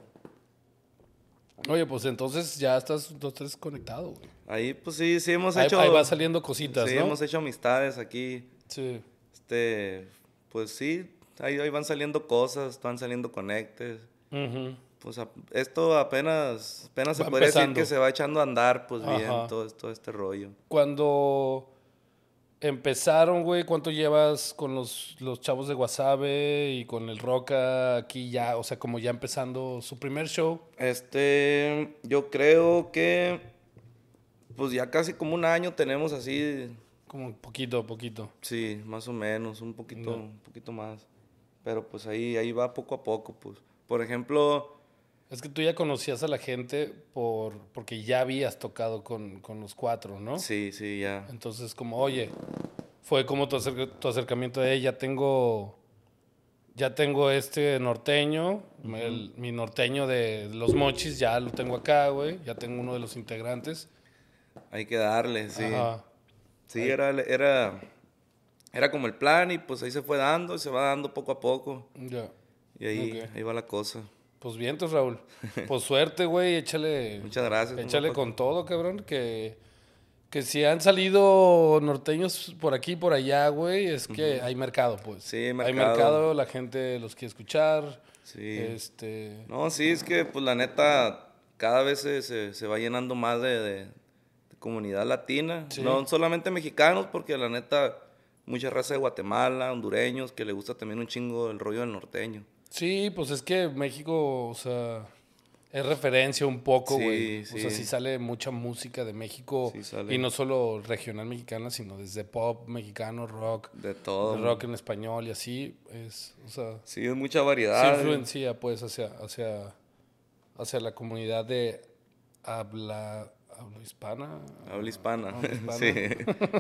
[SPEAKER 1] Oye, pues entonces ya estás, tú estás conectado, güey.
[SPEAKER 2] Ahí, pues sí, sí hemos
[SPEAKER 1] Ahí,
[SPEAKER 2] hecho.
[SPEAKER 1] ahí va saliendo cositas,
[SPEAKER 2] sí,
[SPEAKER 1] ¿no?
[SPEAKER 2] hemos hecho amistades aquí.
[SPEAKER 1] Sí.
[SPEAKER 2] Este, pues sí, ahí, ahí van saliendo cosas, van saliendo conectes.
[SPEAKER 1] Ujú.
[SPEAKER 2] Pues a- esto apenas, apenas se
[SPEAKER 1] Va
[SPEAKER 2] puede decir
[SPEAKER 1] empezando.
[SPEAKER 2] que se va echando a andar, pues
[SPEAKER 1] Ajá.
[SPEAKER 2] bien, todo, todo este rollo.
[SPEAKER 1] Cuando empezaron, güey, ¿cuánto llevas con los, los chavos de Wasabe y con el Roca aquí ya? O sea, como ya empezando su primer show.
[SPEAKER 2] Este, yo creo que, pues ya casi como un año tenemos así,
[SPEAKER 1] Como poquito a poquito.
[SPEAKER 2] sí, más o menos, un poquito,
[SPEAKER 1] Ya.
[SPEAKER 2] un poquito más. Pero pues ahí, ahí va poco a poco, pues. Por ejemplo,
[SPEAKER 1] Es que tú ya conocías a la gente por, porque ya habías tocado con, con los cuatro, ¿no?
[SPEAKER 2] sí, sí, ya.
[SPEAKER 1] Entonces, como, oye, fue como tu, acerca- tu acercamiento de, "Ey, ya tengo, ya tengo este norteño, el- mi norteño de los mochis, ya lo tengo acá, güey, ya tengo uno de los integrantes.
[SPEAKER 2] Hay que darle, sí.
[SPEAKER 1] Ajá.
[SPEAKER 2] Sí, era, era, era como el plan y pues ahí se fue dando, y se va dando poco a poco.
[SPEAKER 1] Ya.
[SPEAKER 2] Y ahí,
[SPEAKER 1] Ok.
[SPEAKER 2] ahí va la cosa.
[SPEAKER 1] Pues vientos,
[SPEAKER 2] <laughs>
[SPEAKER 1] Raúl. Pues suerte, güey, échale.
[SPEAKER 2] Muchas gracias.
[SPEAKER 1] Échale
[SPEAKER 2] compa.
[SPEAKER 1] con todo, cabrón, que, que si han salido norteños por aquí y por allá, güey, es que hay mercado, pues.
[SPEAKER 2] Sí,
[SPEAKER 1] Hay
[SPEAKER 2] mercado.
[SPEAKER 1] mercado, la gente los quiere escuchar.
[SPEAKER 2] Sí.
[SPEAKER 1] Este,
[SPEAKER 2] No, sí, es que pues la neta cada vez se, se- se va llenando más de, de- de comunidad latina.
[SPEAKER 1] Sí.
[SPEAKER 2] No solamente mexicanos, porque la neta mucha raza de Guatemala, hondureños, que le gusta también un chingo el rollo del norteño.
[SPEAKER 1] Sí, pues es que México, o sea, Es referencia un poco,
[SPEAKER 2] Sí,
[SPEAKER 1] güey. O
[SPEAKER 2] sí.
[SPEAKER 1] sea, sí sale mucha música de México.
[SPEAKER 2] Sí sale.
[SPEAKER 1] Y no solo regional mexicana, sino desde pop mexicano, rock,
[SPEAKER 2] De todo.
[SPEAKER 1] rock en español y así. Es, o sea,
[SPEAKER 2] Sí, es mucha
[SPEAKER 1] se
[SPEAKER 2] variedad.
[SPEAKER 1] influencia pues hacia, hacia, hacia la comunidad de habla, habla hispana.
[SPEAKER 2] Habla hispana.
[SPEAKER 1] Habla hispana.
[SPEAKER 2] <laughs> Sí.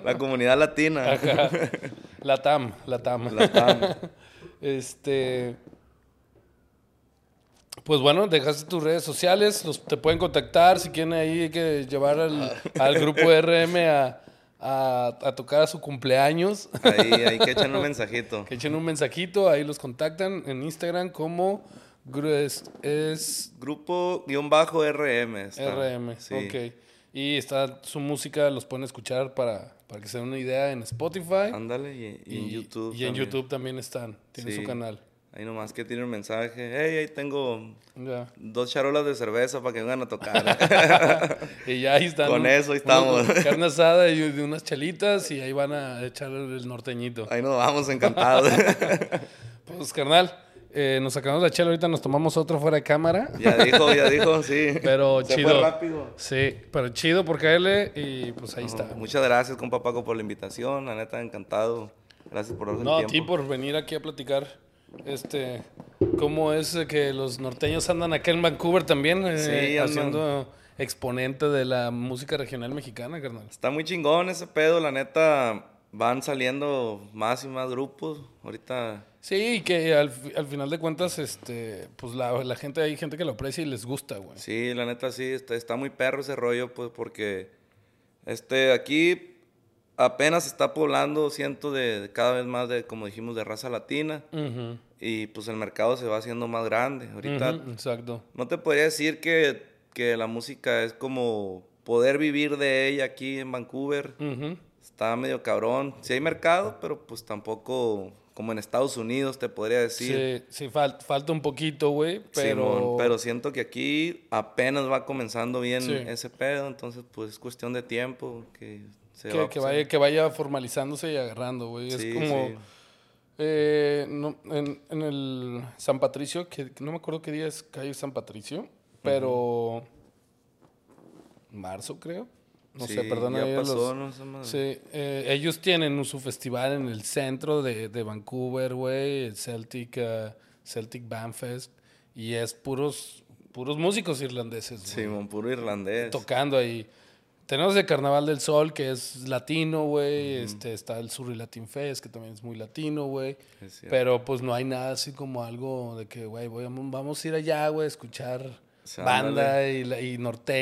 [SPEAKER 2] La comunidad latina.
[SPEAKER 1] Latam, Latam.
[SPEAKER 2] Latam.
[SPEAKER 1] Este. Pues bueno, dejaste tus redes sociales, los- te pueden contactar si quieren ahí que llevar al, al grupo RM a, a- a tocar a su cumpleaños.
[SPEAKER 2] Ahí, ahí que echan un mensajito.
[SPEAKER 1] Que echen un mensajito, ahí los contactan en Instagram como gru- es, es
[SPEAKER 2] Grupo guión bajo RM. está.
[SPEAKER 1] RM.
[SPEAKER 2] Sí.
[SPEAKER 1] Ok. Y está su música, los pueden escuchar para, para que se den una idea en Spotify.
[SPEAKER 2] Ándale, Ah, y, y en YouTube.
[SPEAKER 1] Y en
[SPEAKER 2] también.
[SPEAKER 1] YouTube también están, tienen
[SPEAKER 2] Sí.
[SPEAKER 1] su canal.
[SPEAKER 2] Ahí nomás que tiene un mensaje. Hey, ahí tengo
[SPEAKER 1] Ya.
[SPEAKER 2] dos charolas de cerveza para que vengan a tocar.
[SPEAKER 1] Y ya ahí están.
[SPEAKER 2] Con
[SPEAKER 1] un-
[SPEAKER 2] eso estamos.
[SPEAKER 1] unos- <laughs> carne asada y de unas chelitas y ahí van a echar el norteñito.
[SPEAKER 2] ahí nos vamos encantados.
[SPEAKER 1] Pues, carnal, eh, nos sacamos la chela, ahorita nos tomamos otro fuera de cámara.
[SPEAKER 2] ya dijo, ya dijo, sí.
[SPEAKER 1] Pero
[SPEAKER 2] Se fue
[SPEAKER 1] chido.
[SPEAKER 2] rápido.
[SPEAKER 1] Sí, pero chido por caerle y pues ahí está.
[SPEAKER 2] Muchas gracias, compa Paco, por la invitación. La neta, encantado. Gracias por darnos
[SPEAKER 1] No, a
[SPEAKER 2] el
[SPEAKER 1] ti
[SPEAKER 2] tiempo.
[SPEAKER 1] por venir aquí a platicar. Este, cómo es que los norteños andan acá en Vancouver también, eh,
[SPEAKER 2] Sí, andan.
[SPEAKER 1] haciendo exponente de la música regional mexicana, carnal.
[SPEAKER 2] Está muy chingón ese pedo, la neta. Van saliendo más y más grupos. Ahorita
[SPEAKER 1] Sí, que al, fi- al final de cuentas, este, pues la, la gente, hay gente que lo aprecia y les gusta, güey.
[SPEAKER 2] Sí, la neta sí, está, está muy perro ese rollo, pues porque este, aquí apenas está poblando, siento, de, de cada vez más de, como dijimos, de raza latina
[SPEAKER 1] Ujú,
[SPEAKER 2] y pues el mercado se va haciendo más grande. Ahorita
[SPEAKER 1] ujú, exacto.
[SPEAKER 2] no te podría decir que, que la música es como poder vivir de ella aquí en Vancouver.
[SPEAKER 1] Ujú.
[SPEAKER 2] Está medio cabrón. Sí hay mercado, pero pues tampoco como en Estados Unidos te podría decir.
[SPEAKER 1] Sí, sí, fal- falta un poquito, güey, pero...
[SPEAKER 2] Simón, pero siento que aquí apenas va comenzando bien
[SPEAKER 1] Sí.
[SPEAKER 2] ese pedo, entonces pues es cuestión de tiempo que se
[SPEAKER 1] que,
[SPEAKER 2] va
[SPEAKER 1] que vaya, que vaya formalizándose y agarrando, güey.
[SPEAKER 2] Sí,
[SPEAKER 1] es como...
[SPEAKER 2] sí.
[SPEAKER 1] eh, no, en, en el San Patricio, que que no me acuerdo qué día es calle San Patricio, pero... Marzo, creo. No sé,
[SPEAKER 2] Sí,
[SPEAKER 1] perdón.
[SPEAKER 2] ya
[SPEAKER 1] ahí a los-
[SPEAKER 2] pasó, ¿no? Esa madre.
[SPEAKER 1] Sí, eh, ellos tienen su festival en el centro de, de Vancouver, güey, el Celtic, eh, Celtic Band Fest, y es puros, puros músicos irlandeses, güey,
[SPEAKER 2] Simón, puro irlandés.
[SPEAKER 1] tocando ahí. Tenemos el Carnaval del Sol, que es latino, güey, este, está el Surrey Latin Fest, que también es muy latino, güey,
[SPEAKER 2] Es cierto.
[SPEAKER 1] pero pues no hay nada así como algo de que, güey, voy a- vamos a ir allá, güey, a escuchar
[SPEAKER 2] Sí,
[SPEAKER 1] banda eh.
[SPEAKER 2] ándale.
[SPEAKER 1] y, la- y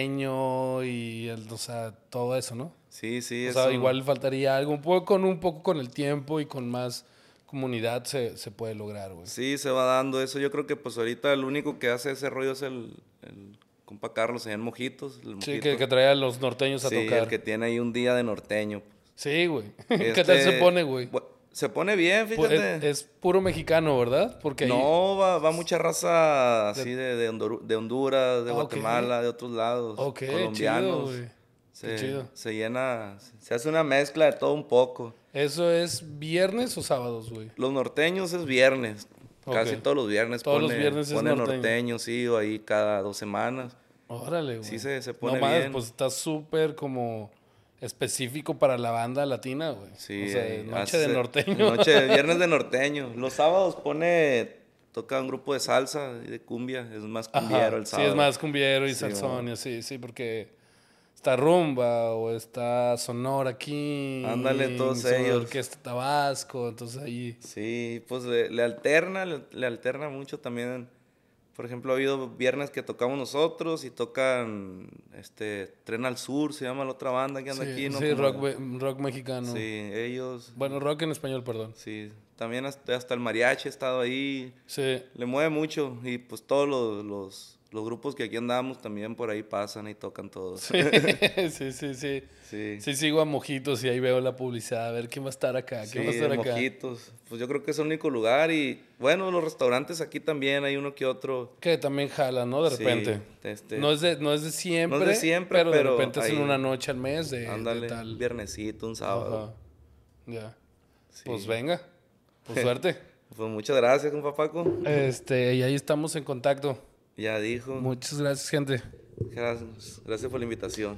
[SPEAKER 1] norteño y, el- o sea, todo eso, ¿no?
[SPEAKER 2] Sí, sí,
[SPEAKER 1] O sea,
[SPEAKER 2] eso-
[SPEAKER 1] igual faltaría algo. Un poco, con un poco con el tiempo y con más comunidad se, se puede lograr, güey.
[SPEAKER 2] Sí, se va dando eso. Yo creo que pues ahorita el único que hace ese rollo es el, el compa Carlos allá en Mojitos. El
[SPEAKER 1] Sí,
[SPEAKER 2] Mojito.
[SPEAKER 1] que, que trae a los norteños a
[SPEAKER 2] Sí, el
[SPEAKER 1] tocar.
[SPEAKER 2] que tiene ahí un día de norteño.
[SPEAKER 1] Sí, güey. <laughs> ¿Qué tal se
[SPEAKER 2] Este,
[SPEAKER 1] pone, güey? Pues, eh,
[SPEAKER 2] bu- Se pone bien,
[SPEAKER 1] Pu-
[SPEAKER 2] fíjate.
[SPEAKER 1] Es, es puro mexicano, ¿verdad? Porque ahí-
[SPEAKER 2] No, va, va mucha raza así de, de, Hondoru- de Honduras, de
[SPEAKER 1] Ah, ok.
[SPEAKER 2] Guatemala, de otros lados.
[SPEAKER 1] Ok, chido,
[SPEAKER 2] colombianos.
[SPEAKER 1] güey.
[SPEAKER 2] se,
[SPEAKER 1] chido.
[SPEAKER 2] se llena, se hace una mezcla de todo un poco.
[SPEAKER 1] ¿Eso es viernes o sábados, güey?
[SPEAKER 2] Los norteños es viernes, casi
[SPEAKER 1] Ok.
[SPEAKER 2] todos los viernes
[SPEAKER 1] Todos los
[SPEAKER 2] pone,
[SPEAKER 1] viernes es
[SPEAKER 2] pone
[SPEAKER 1] norteño.
[SPEAKER 2] norteño, sí, o ahí cada dos semanas.
[SPEAKER 1] Órale, güey.
[SPEAKER 2] Sí, se- se pone
[SPEAKER 1] No mames,
[SPEAKER 2] bien.
[SPEAKER 1] pues está súper como específico para la banda latina, güey.
[SPEAKER 2] Sí,
[SPEAKER 1] o sea,
[SPEAKER 2] eh,
[SPEAKER 1] noche
[SPEAKER 2] hace-
[SPEAKER 1] de norteño.
[SPEAKER 2] Noche de viernes de norteño. Los sábados pone, toca un grupo de salsa y de cumbia, es más
[SPEAKER 1] <laughs> Ajá,
[SPEAKER 2] cumbiero el sábado.
[SPEAKER 1] Sí, es más cumbiero y
[SPEAKER 2] Sí,
[SPEAKER 1] saxonio, sí, sí, porque está rumba o está Sonora aquí.
[SPEAKER 2] Ándale, todos ellos.
[SPEAKER 1] Orquesta Tabasco, entonces ahí.
[SPEAKER 2] Sí, pues le, le alterna, le, le alterna mucho también. Por ejemplo, ha habido viernes que tocamos nosotros y tocan este Tren al Sur, se llama la otra banda que anda
[SPEAKER 1] sí,
[SPEAKER 2] aquí, ¿no?
[SPEAKER 1] sí,
[SPEAKER 2] Como-
[SPEAKER 1] rock, ve- rock mexicano.
[SPEAKER 2] Sí, ellos.
[SPEAKER 1] Bueno, rock en español, perdón.
[SPEAKER 2] Sí, también hasta, hasta el mariachi ha estado ahí. <laughs>
[SPEAKER 1] Sí,
[SPEAKER 2] Le mueve mucho y pues todos los, los, los grupos que aquí andamos también por ahí pasan y tocan todos. Sí.
[SPEAKER 1] sí, <laughs> sí, sí. Sí, sigo a Mojitos y ahí veo la publicidad, a ver quién va a estar acá, quién va a
[SPEAKER 2] Sí,
[SPEAKER 1] estar acá.
[SPEAKER 2] mojitos. Pues yo creo que es el único lugar y bueno, los restaurantes aquí también hay uno que otro.
[SPEAKER 1] Que también jala, ¿no? De
[SPEAKER 2] Sí,
[SPEAKER 1] repente.
[SPEAKER 2] este-
[SPEAKER 1] no, es de, no es de siempre.
[SPEAKER 2] siempre,
[SPEAKER 1] pero,
[SPEAKER 2] pero
[SPEAKER 1] de repente hacen
[SPEAKER 2] ahí-
[SPEAKER 1] una noche al mes de, de
[SPEAKER 2] Ándale,
[SPEAKER 1] tal.
[SPEAKER 2] un viernesito, un sábado.
[SPEAKER 1] Ajá. Ya.
[SPEAKER 2] Sí.
[SPEAKER 1] Pues venga.
[SPEAKER 2] <laughs>
[SPEAKER 1] Pues suerte.
[SPEAKER 2] Pues muchas gracias, compa Paco.
[SPEAKER 1] Este, y ahí estamos en contacto.
[SPEAKER 2] Ya dijo.
[SPEAKER 1] Muchas gracias, gente.
[SPEAKER 2] Gracias, gracias por la invitación.